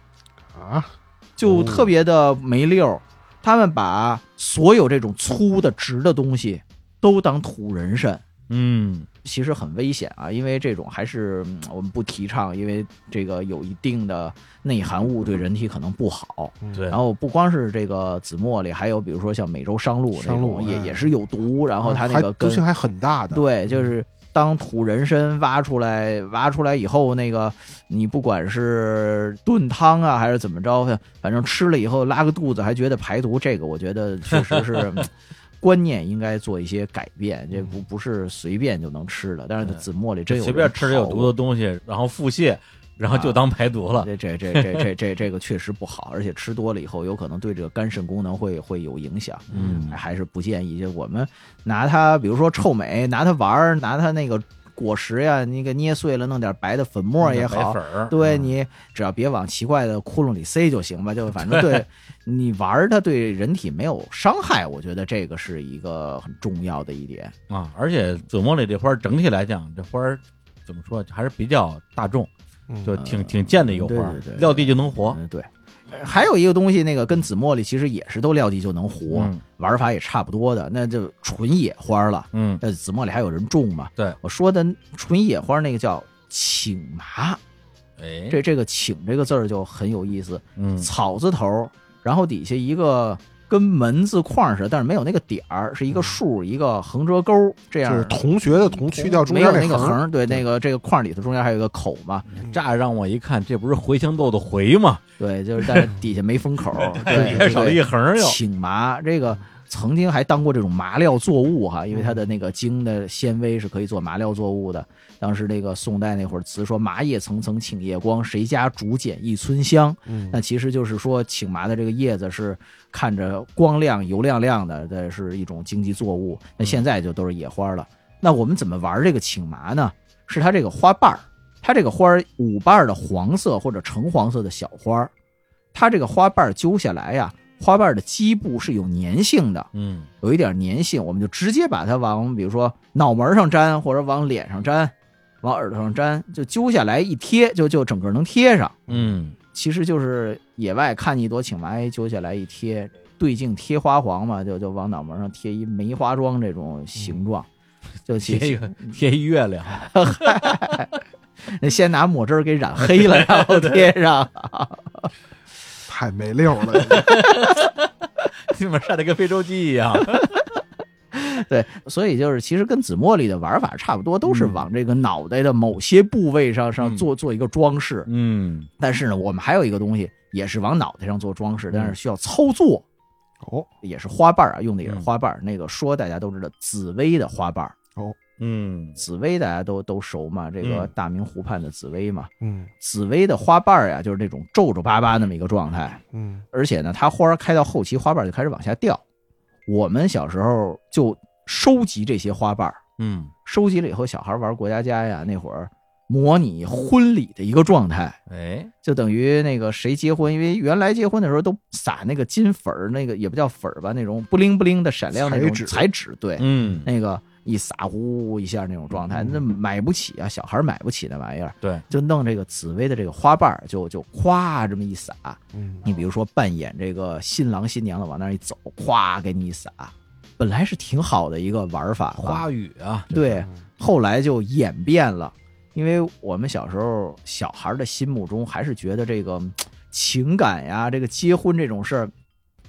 啊，就特别的没溜儿。他们把所有这种粗的直的东西都当土人参，嗯其实很危险啊，因为这种还是嗯我们不提倡，因为这个有一定的内含物对人体可能不好。嗯对，然后不光是这个紫茉莉，还有比如说像美洲商陆那商陆种也哎啊也是有毒，然后它那还个毒根性还很大的，对，嗯就是当土人参挖出来，挖出来以后，那个你不管是炖汤啊，还是怎么着，反正吃了以后拉个肚子，还觉得排毒，这个我觉得确实 是嗯观念应该做一些改变，这不不是随便就能吃的。但是嗯紫茉莉真有随便人啊吃了有刨毒的东西，然后腹泻，然后就当排毒了。这这这这这这这个确实不好，而且吃多了以后，有可能对这个肝肾功能会会有影响。嗯哎还是不建议。就我们拿它，比如说臭美，拿它玩儿，拿它那个果实呀，那个捏碎了弄点白的粉末也白好粉。儿，对嗯你只要别往奇怪的窟窿里塞就行吧，就反正对你玩儿它对人体没有伤害，我觉得这个是一个很重要的一点。啊，而且紫茉莉这花儿整体来讲，这花儿怎么说，还是比较大众，嗯，就挺挺贱的一个花呃对儿对对，撂地就能活。嗯，对。呃还有一个东西，那个跟紫茉莉其实也是都撂地就能活，嗯玩法也差不多的，那就纯野花了。嗯，那紫茉莉还有人种嘛？对，我说的纯野花那个叫请麻，哎，这这个“请”这个字儿就很有意思，嗯草字头，然后底下一个跟门字框似的，但是没有那个点儿，是一个竖一个横折钩这就样是的。同学的同去掉中没间有那个横，横，对，那个这个框里头中间还有一个口嘛，乍让我一看，这不是茴香豆的茴吗？对，就是但是底下没封口，对，少了一横儿又。请麻这个曾经还当过这种麻料作物哈，因为它的那个茎的纤维是可以做麻料作物的。当时那个宋代那会儿词说“麻叶层层请夜光，谁家竹简一村香”，嗯那其实就是说请麻的这个叶子是看着光亮油亮亮的，这是一种经济作物。那现在就都是野花了。那我们怎么玩这个请麻呢？是它这个花瓣儿，它这个花儿五瓣儿的黄色或者橙黄色的小花儿，它这个花瓣儿揪下来呀、花瓣儿的基部是有粘性的，嗯有一点粘性，我们就直接把它往比如说脑门上粘，或者往脸上粘，往耳朵上粘，就揪下来一贴，就就整个能贴上。嗯其实就是野外看见一朵请麻哎揪下来一贴，对镜贴花黄嘛，就就往脑门上贴一梅花桩这种形状，就嗯贴其一个贴一月亮， 先拿墨汁儿给啊染黑了，然后贴上。太没溜了，嗯 你们晒得跟非洲鸡一样。对，所以就是其实跟紫茉莉的玩法差不多，都是往这个脑袋的某些部位上上嗯做做一个装饰。嗯，但是呢，我们还有一个东西也是往脑袋上做装饰，嗯但是需要操作，哦，也是花瓣儿啊，用的也是嗯花瓣儿。那个说大家都知道，紫薇的花瓣儿，嗯紫薇大家都都熟嘛，这个嗯大明湖畔的紫薇嘛，嗯紫薇的花瓣儿呀，就是那种皱皱巴巴那么一个状态，嗯而且呢，它花儿开到后期，花瓣儿就开始往下掉。我们小时候就收集这些花瓣儿，嗯，收集了以后，小孩儿玩过家家呀，那会儿模拟婚礼的一个状态，哎，就等于那个谁结婚，因为原来结婚的时候都撒那个金粉儿，那个也不叫粉儿吧，那种不灵不灵的闪亮那种彩纸彩纸，对，嗯，那个一撒呼呼一下那种状态，那买不起啊，小孩儿买不起那玩意儿，对，就弄这个紫薇的这个花瓣儿，就就咵这么一撒。嗯你比如说扮演这个新郎新娘的往那儿一走，咵给你一撒，本来是挺好的一个玩法吧，花语啊，对，嗯后来就演变了。因为我们小时候小孩儿的心目中还是觉得这个嗯情感呀，这个结婚这种事儿，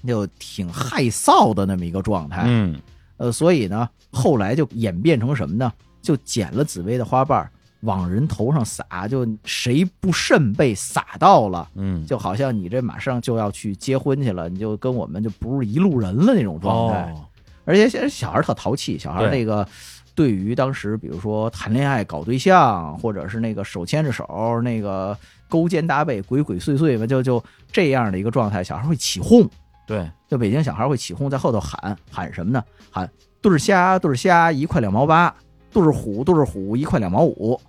就挺害臊的那么一个状态。嗯呃，所以呢，后来就演变成什么呢？就捡了紫薇的花瓣儿往人头上撒，就谁不慎被撒到了，嗯，就好像你这马上就要去结婚去了，你就跟我们就不是一路人了那种状态。哦，而且现在小孩儿特淘气，小孩儿对那个。对于当时，比如说谈恋爱、搞对象，或者是那个手牵着手、那个勾肩搭背、鬼鬼祟祟吧，就就这样的一个状态，小孩儿会起哄，对，就北京小孩会起哄，在后头喊喊什么呢？喊对儿虾，对儿虾一块两毛八，对儿虎，对儿虎一块两毛五。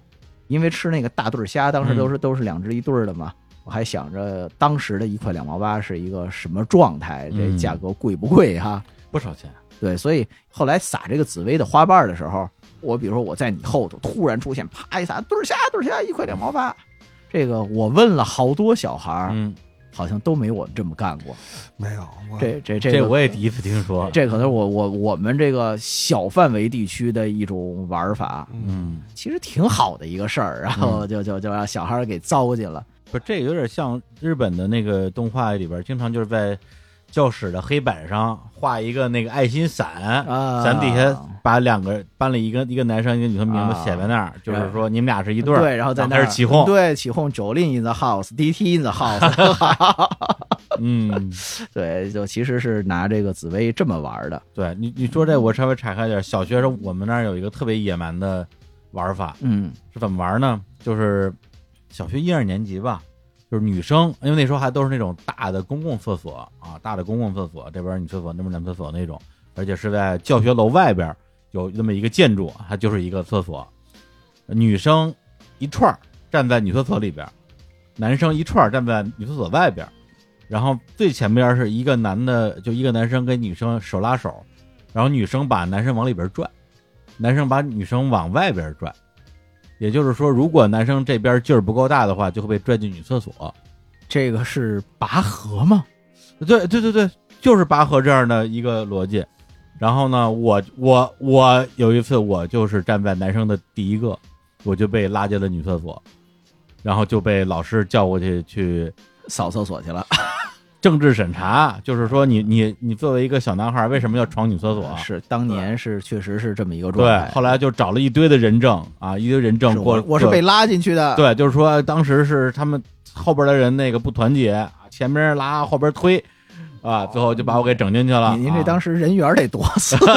因为吃那个大对儿虾，当时嗯都是、都是两只一对儿的嘛。我还想着当时的一块两毛八是一个什么状态，这嗯价格贵不贵哈、不少钱，对，所以后来撒这个紫薇的花瓣儿的时候，我比如说我在你后头突然出现，啪一撒对儿虾，对儿虾一块两毛八。这个我问了好多小孩儿，嗯，好像都没我这么干过。没有我这这这这个我也第一次听说，这可能是我我我们这个小范围地区的一种玩法，嗯，其实挺好的一个事儿，然后就就就让小孩儿给糟践了。不，这有点像日本的那个动画里边，经常就是在教室的黑板上画一个那个爱心伞，啊伞底下把两个班里一个一个男生一个女生名字写在那儿，就是说你们俩是一对儿，啊对，然后在那开始起哄，对，起哄，Jolin in the house，DT in the house，嗯，对，就其实是拿这个紫薇这么玩儿的，对你你说这我稍微岔开点儿，小学时候我们那儿有一个特别野蛮的玩法，嗯是怎么玩呢？就是小学一二年级吧，就是女生，因为那时候还都是那种大的公共厕所啊，大的公共厕所，这边女厕所，那边男厕所那种，而且是在教学楼外边有那么一个建筑，它就是一个厕所，女生一串儿站在女厕所里边，男生一串儿站在女厕所外边，然后最前边是一个男的，就一个男生跟女生手拉手，然后女生把男生往里边拽，男生把女生往外边拽。也就是说，如果男生这边劲儿不够大的话，就会被拽进女厕所。这个是拔河吗？对对对对，就是拔河这样的一个逻辑。然后呢，我我我有一次我就是站在男生的第一个，我就被拉进了女厕所，然后就被老师叫过去去扫厕所去了，政治审查，就是说你你你作为一个小男孩，为什么要闯女厕所？是当年是确实是这么一个状对态。，后来就找了一堆的人证啊，一堆人证是过我我是过被拉进去的，对，就是说当时是他们后边的人那个不团结，啊前边拉后边推，啊，最后就把我给整进去了。啊您您这 当时、时人缘得多次，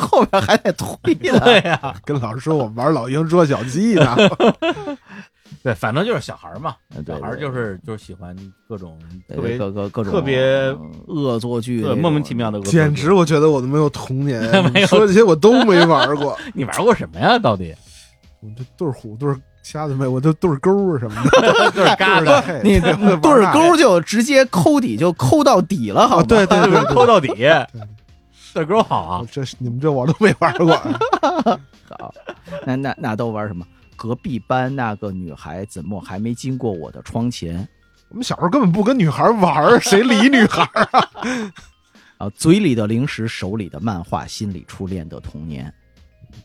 后边还得推呢。对呀、跟老师说我玩老鹰捉小鸡呢，对，反正就是小孩儿嘛，对小孩儿对就是就是喜欢各种对特别各个各种特别嗯恶作剧那对种，莫名其妙的恶作剧，简 直我觉得我都没有童年没有你说这些我都没玩过，你玩过什么呀？到底我这对儿虎对儿瞎子没，我这对儿钩啊什么的，就是 嘎对的，嘿你他们玩对大着爷钩就直接抠底，就抠到底了，好啊，吗？对 对对对对，抠到底，对对勾好啊 我，这你们这我都没玩过，好， 那那那都玩什么？隔壁班那个女孩怎么还没经过我的窗前我们小时候根本不跟女孩玩儿，谁理女孩儿？ 啊？嘴里的零食，手里的漫画，心里初恋的童年。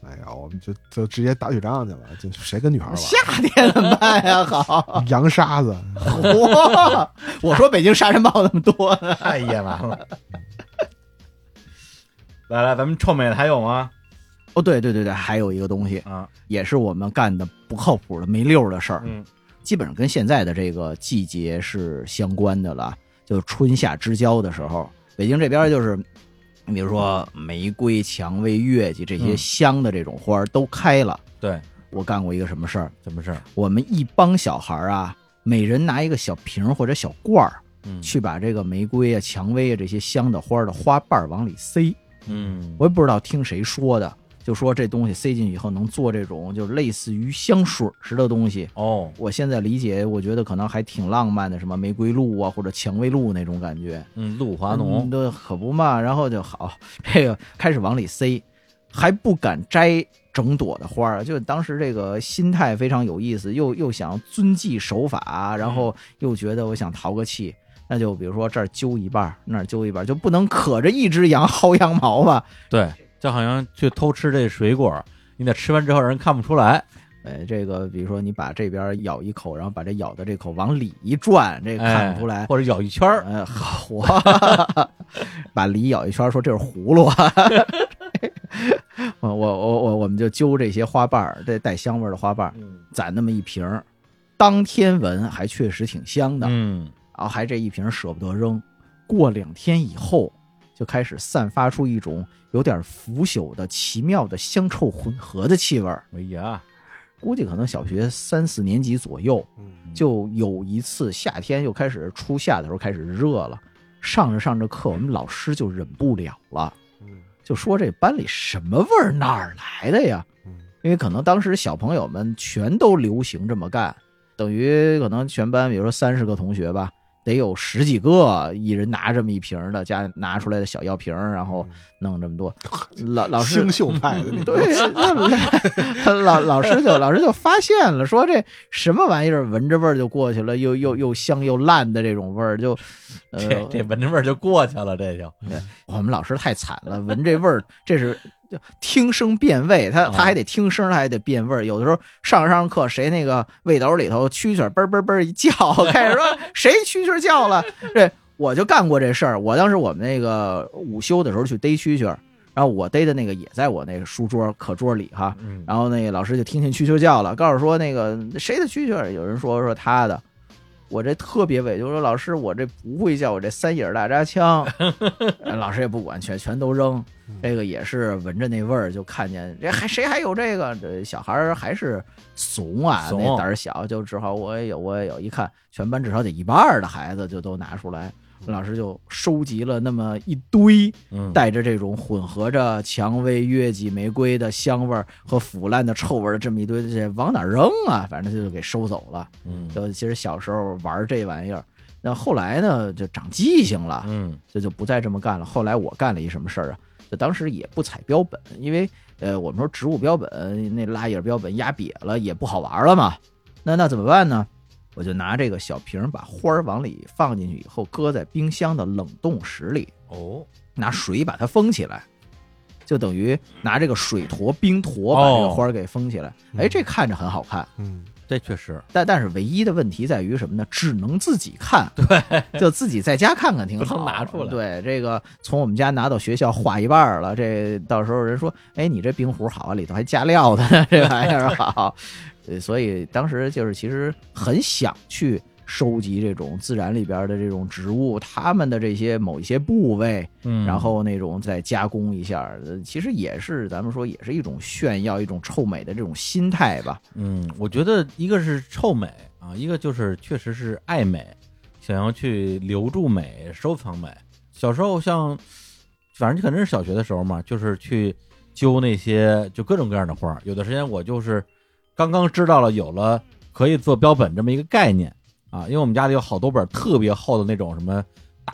哎呀，我们就就直接打雪仗去了，就谁跟女孩儿玩夏天怎么办呀？好， 儿？洋沙子，我我说北京沙尘暴那么多呢。太野蛮了。 来来，咱们臭美的还有吗？哦，对对对对，还有一个东西，啊，也是我们干的不靠谱的、没溜儿的事儿，嗯基本上跟现在的这个季节是相关的了，就是春夏之交的时候，北京这边就是，你比如说玫瑰、蔷薇、月季这些嗯香的这种花儿都开了。对，我干过一个什么事儿？怎么事儿？我们一帮小孩儿啊，每人拿一个小瓶儿或者小罐儿，嗯去把这个玫瑰啊、蔷薇啊这些香的花儿的花瓣儿往里塞。嗯，我也不知道听谁说的，就说这东西塞进去以后能做这种就是类似于香水儿似的东西。哦，我现在理解，我觉得可能还挺浪漫的，什么玫瑰露啊，或者蔷薇露那种感觉。嗯，露华嗯浓，对，可不嘛。然后就好，这个开始往里塞，还不敢摘整朵的花儿，就当时这个心态非常有意思，又又想遵纪守法，然后又觉得我想淘个气。那就比如说这儿揪一半儿，那儿揪一半儿，就不能可着一只羊薅羊毛吧？对，就好像去偷吃这水果，你得吃完之后让人看不出来，呃，这个比如说你把这边咬一口，然后把这咬的这口往里一转，这个看不出来哎。或者咬一圈儿，呃，好啊， 把梨咬一圈，说这是葫芦啊。 我我我我我们就揪这些花瓣儿，这带香味儿的花瓣儿，嗯攒那么一瓶儿。当天闻还确实挺香的，然嗯，后还这一瓶儿舍不得扔。过两天以后，就开始散发出一种有点腐朽的奇妙的香臭混合的气味儿。哎呀，估计可能小学三四年级左右，嗯就有一次夏天又开始初夏的时候开始热了，上着上着课，我们老师就忍不了了，嗯就说这班里什么味儿哪儿来的呀？嗯因为可能当时小朋友们全都流行这么干，等于可能全班，比如说三十个同学吧，得有十几个一人拿这么一瓶儿的，加拿出来的小药瓶儿，然后弄这么多，老老师星宿派 的那种，对，那老老老师就老师就发现了，说这什么玩意儿，闻着味儿就过去了，又又又香又烂的这种味儿，就，呃，这这闻着味儿就过去了，这就我们老师太惨了，闻这味儿，这是就听声辨味，哦他他还得听声，他还得辨味儿。有的时候上着上着课，谁那个胃斗里头蛐蛐儿嘣嘣嘣一叫，开始 说谁蛐蛐儿叫了，这我就干过这事儿。我当时我们那个午休的时候去逮蛐蛐儿，然后我逮的那个也在我那个书桌课桌里哈，嗯然后那个老师就听见蛐蛐叫了，告诉说那个谁的蛐蛐儿，有人说说他的，我这特别委屈，我说老师我这不会叫，我这三眼儿大 扎枪，呃老师也不管，全全都扔。嗯这个也是闻着那味儿就看见，这还谁还有这个？这小孩儿还是怂啊，怂那胆儿小，就只好我也有我也有。一看全班至少得一半儿的孩子就都拿出来，老师就收集了那么一堆，嗯，带着这种混合着蔷薇、月季、玫瑰的香味儿和腐烂的臭味儿的这么一堆，这往哪儿扔啊？反正就给收走了。嗯就其实小时候玩这玩意儿，那后来呢就长记性了，嗯这就不再这么干了。后来我干了一什么事儿啊？就当时也不采标本，因为呃，我们说植物标本那拉叶标本压瘪了也不好玩了嘛。那那怎么办呢？我就拿这个小瓶儿把花儿往里放进去以后，搁在冰箱的冷冻室里，哦拿水把它封起来，就等于拿这个水坨冰坨把这个哦花儿给封起来。哎，这看着很好看。嗯这确实，但但是唯一的问题在于什么呢？只能自己看，对，就自己在家看看挺不好。能拿出来对，这个从我们家拿到学校画一半儿了，这到时候人说，哎，你这冰壶好啊，里头还加料的， 这玩意儿好。呃所以当时就是其实很想去收集这种自然里边的这种植物，它们的这些某一些部位，嗯然后那种再加工一下儿，呃其实也是咱们说也是一种炫耀、一种臭美的这种心态吧。嗯，我觉得一个是臭美啊，一个就是确实是爱美，想要去留住美、收藏美。小时候像，反正可能是小学的时候嘛，就是去揪那些就各种各样的花儿。有的时间我就是刚刚知道了有了可以做标本这么一个概念啊，因为我们家里有好多本特别厚的那种什么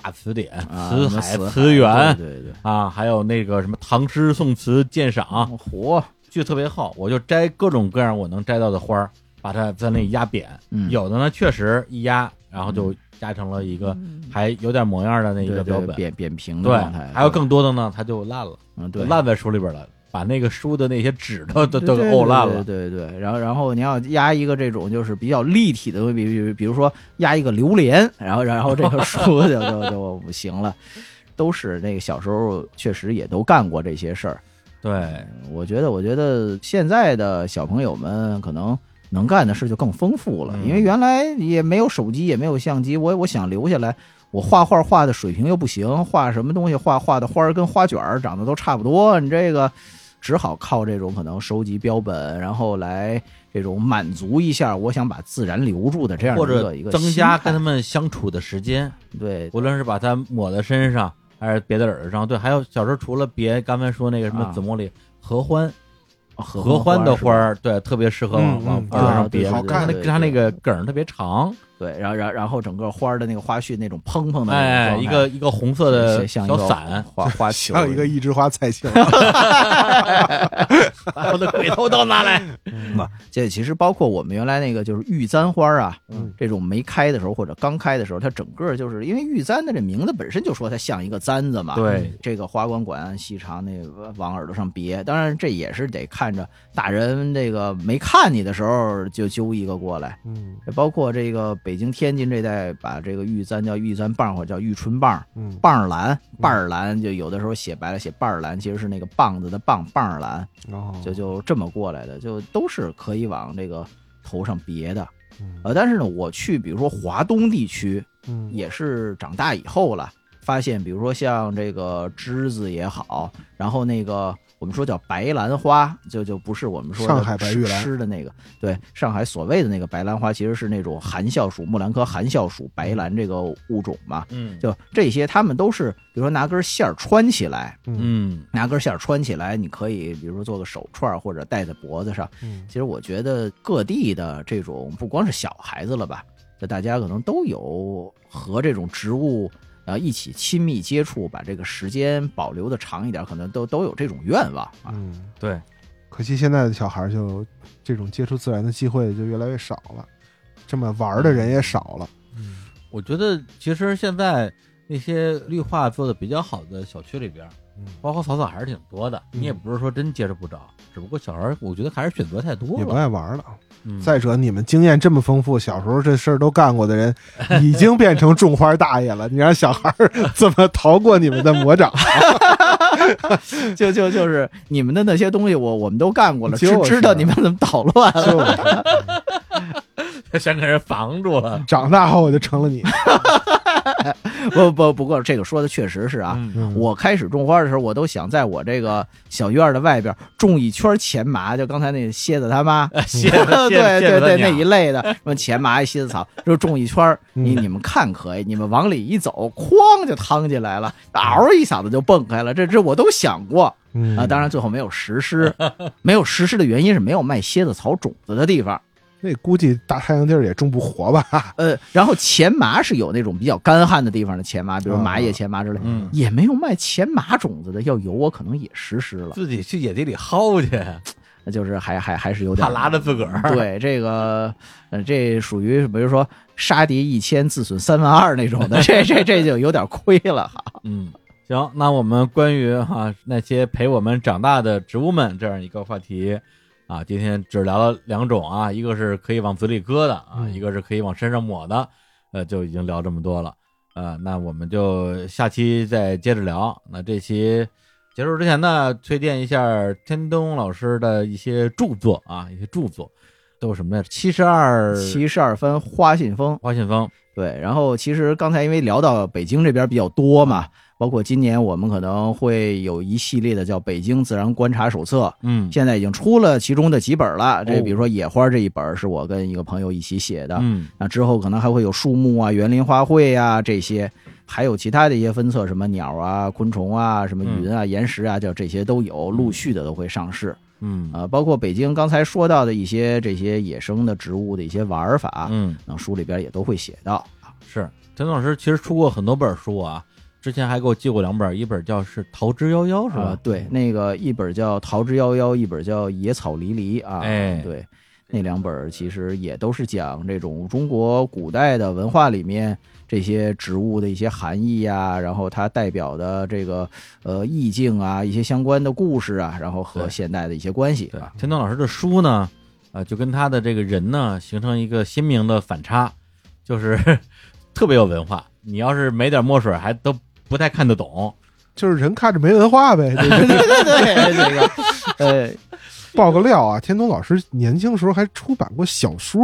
大词典、啊词什么海、死词源对对对，啊，还有那个什么唐诗宋词鉴赏。活，锯特别厚，我就摘各种各样我能摘到的花儿，把它在那里压扁。嗯有的呢，确实一压，然后就压成了一嗯个还有点模样的那一对个标对本。扁扁平的对状态，，还有更多的呢，它就烂了，嗯就对。烂在书里边了，把那个书的那些纸都都都对给对沤烂了。对对对，然后然后你要压一个这种就是比较立体的， 比比比如说压一个榴莲，然后然后这个树就就就不行了。都是那个小时候确实也都干过这些事儿。对，我觉得，我觉得现在的小朋友们可能能干的事就更丰富了，嗯因为原来也没有手机，也没有相机，我我想留下来，我画画画的水平又不行，画什么东西画画的花儿跟花卷儿长得都差不多，你这个只好靠这种可能收集标本，然后来这种满足一下我想把自然留住的这样的或一个者一个增心加态跟他们相处的时间，对无论是把它抹在身上，还是别在耳朵上。对，还有小时候除了别刚才说那个什么啊紫茉莉、合欢、合合欢的花花儿是吧儿，对，特别适合往嗯往嗯耳朵上对别，好看它那它那个梗儿特别长，对，然后然后然后整个花儿的那个花絮那种砰砰的那哎，种状态，一个一个红色的像小一个伞， 啊花 花球像一个一枝花蔡庆，把我的鬼头刀拿来。 嗯这其实包括我们原来那个就是玉簪花啊，嗯这种没开的时候或者刚开的时候，它整个就是因为玉簪的这名字本身就说它像一个簪子嘛。，嗯对，这个花冠管细长，那个往耳朵上别。当然这也是得看着大人这个没看你的时候就揪一个过来。嗯包括这个北京、天津这带把这个玉簪叫玉簪棒或者叫玉春棒，嗯，棒儿兰，棒儿兰就有的时候写白了写棒儿兰，其实是那个棒子的棒，棒儿兰。哦，就就这么过来的，就都是可以往这个头上别的。嗯呃，但是呢，我去比如说华东地区，嗯也是长大以后了，发现比如说像这个栀子也好，然后那个我们说叫白兰花，就就不是我们说的上海白玉兰吃吃的那个，对，上海所谓的那个白兰花，其实是那种含笑属木兰科含笑属白兰这个物种嘛。嗯就这些，它们都是，比如说拿根线儿穿起来，嗯，拿根线儿穿起来，你可以比如说做个手串儿或者戴在脖子上。嗯其实我觉得各地的这种不光是小孩子了吧，就大家可能都有和这种植物呃一起亲密接触，把这个时间保留的长一点，可能都都有这种愿望啊。嗯，对，可惜现在的小孩儿就这种接触自然的机会就越来越少了，这么玩儿的人也少了。我觉得其实现在那些绿化做的比较好的小区里边儿，嗯花花草草还是挺多的。你嗯也不是说真接触不着，只不过小孩儿我觉得还是选择太多也不了。爱玩儿了。嗯再者，你们经验这么丰富，小时候这事儿都干过的人，已经变成种花大爷了。你让小孩儿怎么逃过你们的魔掌？嗯就就就是你们的那些东西我，我们都干过了，就知是知道你们怎么捣乱了。 就想给人防住了 长大后我就成了你。不不不过这个说的确实是啊，嗯我我开始种花的时候，我都想在我这个小院儿的外边种一圈钱麻，就刚才那蝎子他妈，嗯 谢 对谢谢啊对对，那谢一类的什么钱麻、蝎子草，就种一圈儿。嗯你你们看可以，你们往里一走，哐就趟进来了，嗷一嗓子就蹦开了。这这我都想过嗯啊，嗯当然最后没有实施，没有实施的原因是没有卖蝎子草种子的地方。那估计大太阳地儿也种不活吧？ 呃，然后钱麻是有那种比较干旱的地方的钱麻，比如麻叶钱麻之类，嗯，也没有卖钱麻种子的。要有我可能也实施了。自己去野地里薅去，那就是还还还是有点怕拉着自 个儿。对这个，呃，这属于比如说杀敌一千，自损三万二那种的，这这这就有点亏了哈。嗯，行，那我们关于哈、那些陪我们长大的植物们这样一个话题啊，今天只聊了两种啊，一个是可以往嘴里搁的啊，嗯一个是可以往身上抹的，呃，就已经聊这么多了。呃，那我们就下期再接着聊。那这期结束之前呢，推荐一下天东老师的一些著作啊，一些著作都有什么呀？七十二七十二分花信封，花信封，对，然后其实刚才因为聊到北京这边比较多嘛，包括今年我们可能会有一系列的叫《北京自然观察手册》，嗯现在已经出了其中的几本了。这哦比如说野花这一本是我跟一个朋友一起写的，嗯那之后可能还会有树木啊、园林花卉啊这些，还有其他的一些分册，什么鸟啊、昆虫啊、什么云啊、岩石啊，就这些都有，陆续的都会上市。嗯啊，包括北京刚才说到的一些这些野生的植物的一些玩法，嗯。那书里边也都会写到。是陈老师其实出过很多本书啊，之前还给我寄过两本，一本叫是《桃之夭夭》是啊吧？，对，那个一本叫《桃之夭夭》，一本叫《野草离离》啊，哎对，那两本其实也都是讲这种中国古代的文化里面这些植物的一些含义呀、然后它代表的这个呃意境啊，一些相关的故事啊，然后和对现代的一些关系对啊，， 陈东老师的书呢，啊，就跟他的这个人呢形成一个鲜 明的反差，就是特别有文化。你要是没点墨水，还都不太看得懂，就是人看着没文化呗。这对个对，这个，呃，爆个料啊，天童老师年轻时候还出版过小说，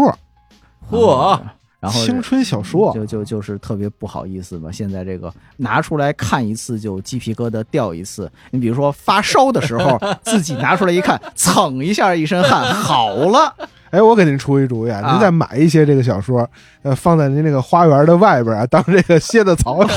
嚯嗯然后青春小说就就就是特别不好意思嘛。现在这个拿出来看一次就鸡皮疙瘩掉一次。你比如说发烧的时候，自己拿出来一看，蹭一下一身汗，好了， 哎，我给您出一主意啊，啊您再买一些这个小说，呃，放在您那个花园的外边啊，当这个蝎子草用。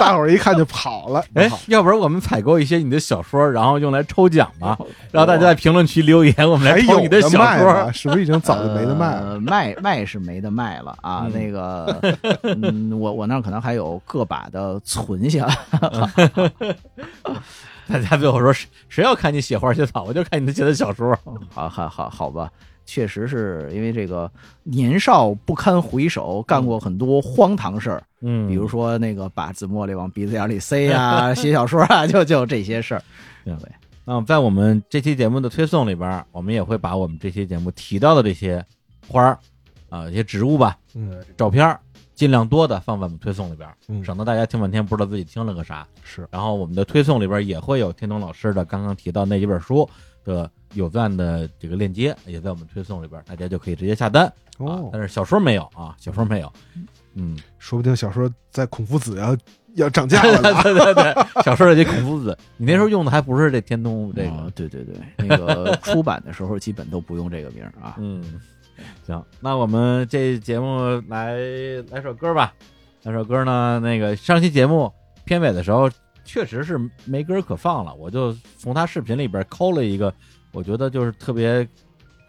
大伙儿一看就跑了。哎好，要不然我们采购一些你的小说，然后用来抽奖吧，然后大家在评论区留言，我们还来抽哎你哎有的小卖说吗？。是不是已经早就没得卖 了？呃卖卖是没得卖了啊。嗯那个，嗯，我我那儿可能还有个把的存下，大家最后说谁谁要看你写花写草，我就看你的写的小说。 好好好好吧，确实是因为这个年少不堪回首，干过很多荒唐事儿，嗯比如说那个把紫茉莉往鼻子眼里塞 啊，写小说啊，就就这些事儿。那么在我们这期节目的推送里边儿，我们也会把我们这期节目提到的这些花儿啊、一些植物吧、嗯，照片儿，尽量多的放在我们推送里边儿，嗯省得大家听半天不知道自己听了个啥。是然后我们的推送里边也会有天童老师的刚刚提到那一本书的有赞的这个链接，也在我们推送里边，大家就可以直接下单啊哦。但是小说没有啊，小说没有，嗯，说不定小说在孔夫子要要涨价了呢。嗯 对对对，小说的这孔夫子，你那时候用的还不是这天童这个哦，对对对，那个出版的时候基本都不用这个名儿啊。嗯，行，那我们这节目来来首歌吧，来首歌呢，那个上期节目片尾的时候确实是没歌可放了，我就从他视频里边抠了一个，我觉得就是特别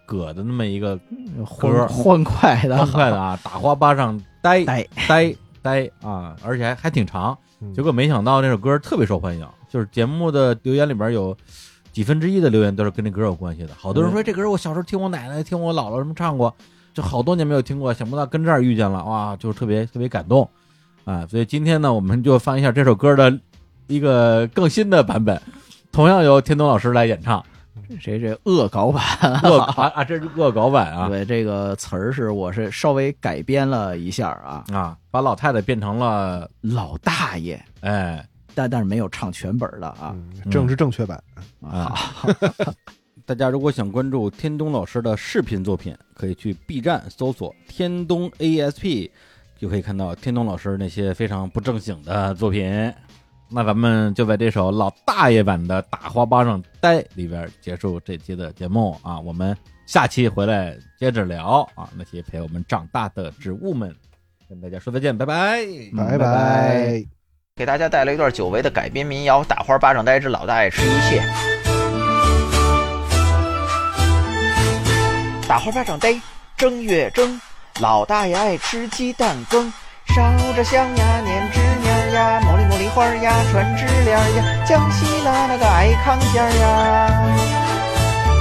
葛的那么一个嗯歌欢欢快的，哎欢快的啊，打花巴掌呆呆呆呆啊，而且还还挺长，嗯结果没想到那首歌特别受欢迎，就是节目的留言里边有几分之一的留言都是跟这歌有关系的。好多人说这歌我小时候听我奶奶、听我姥姥什么唱过，就好多年没有听过，想不到跟这儿遇见了，哇，就是特别特别感动啊！所以今天呢，我们就放一下这首歌的一个更新的版本，同样由天童老师来演唱。谁这恶搞版？恶搞啊，这是恶搞版啊对，这个词儿是我是稍微改编了一下儿啊，啊，把老太太变成了老大爷，哎。但但是没有唱全本儿的啊。嗯政治正确版，啊好， 大家如果想关注天东老师的视频作品，可以去 B 站搜索“天东 ASP”，就可以看到天东老师那些非常不正经的作品。那咱们就在这首老大爷版的《打花巴掌呆》里边结束这期的节目啊，我们下期回来接着聊啊，那些陪我们长大的植物们，跟大家说再见，拜拜。嗯拜拜拜拜。给大家带来一段久违的改编民谣《打花巴掌呆之老大爷吃一切》。打花巴掌呆，正月正，老大爷爱吃鸡蛋羹，烧着香呀，捻枝捻呀，茉莉茉莉花呀，传枝帘呀，江西啦那个矮糠尖儿呀。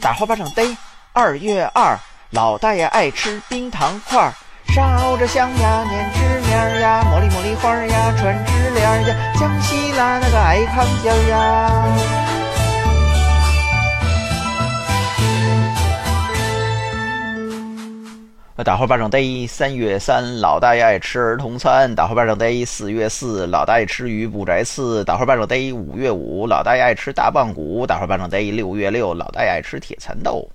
打花巴掌呆。二月二，老大爷爱吃冰糖块儿，烧着香呀，捻枝捻儿呀，茉莉茉莉花儿呀，传枝帘儿呀，江西啦那个矮糠尖儿呀。打花巴掌呆，三月三，老大爷爱吃儿童餐；打花巴掌呆，四月四，老大爷吃鱼不摘刺；打花巴掌呆，五月五，老大爷爱吃大棒骨；打花巴掌呆，六月六，老大爷爱吃铁蚕豆。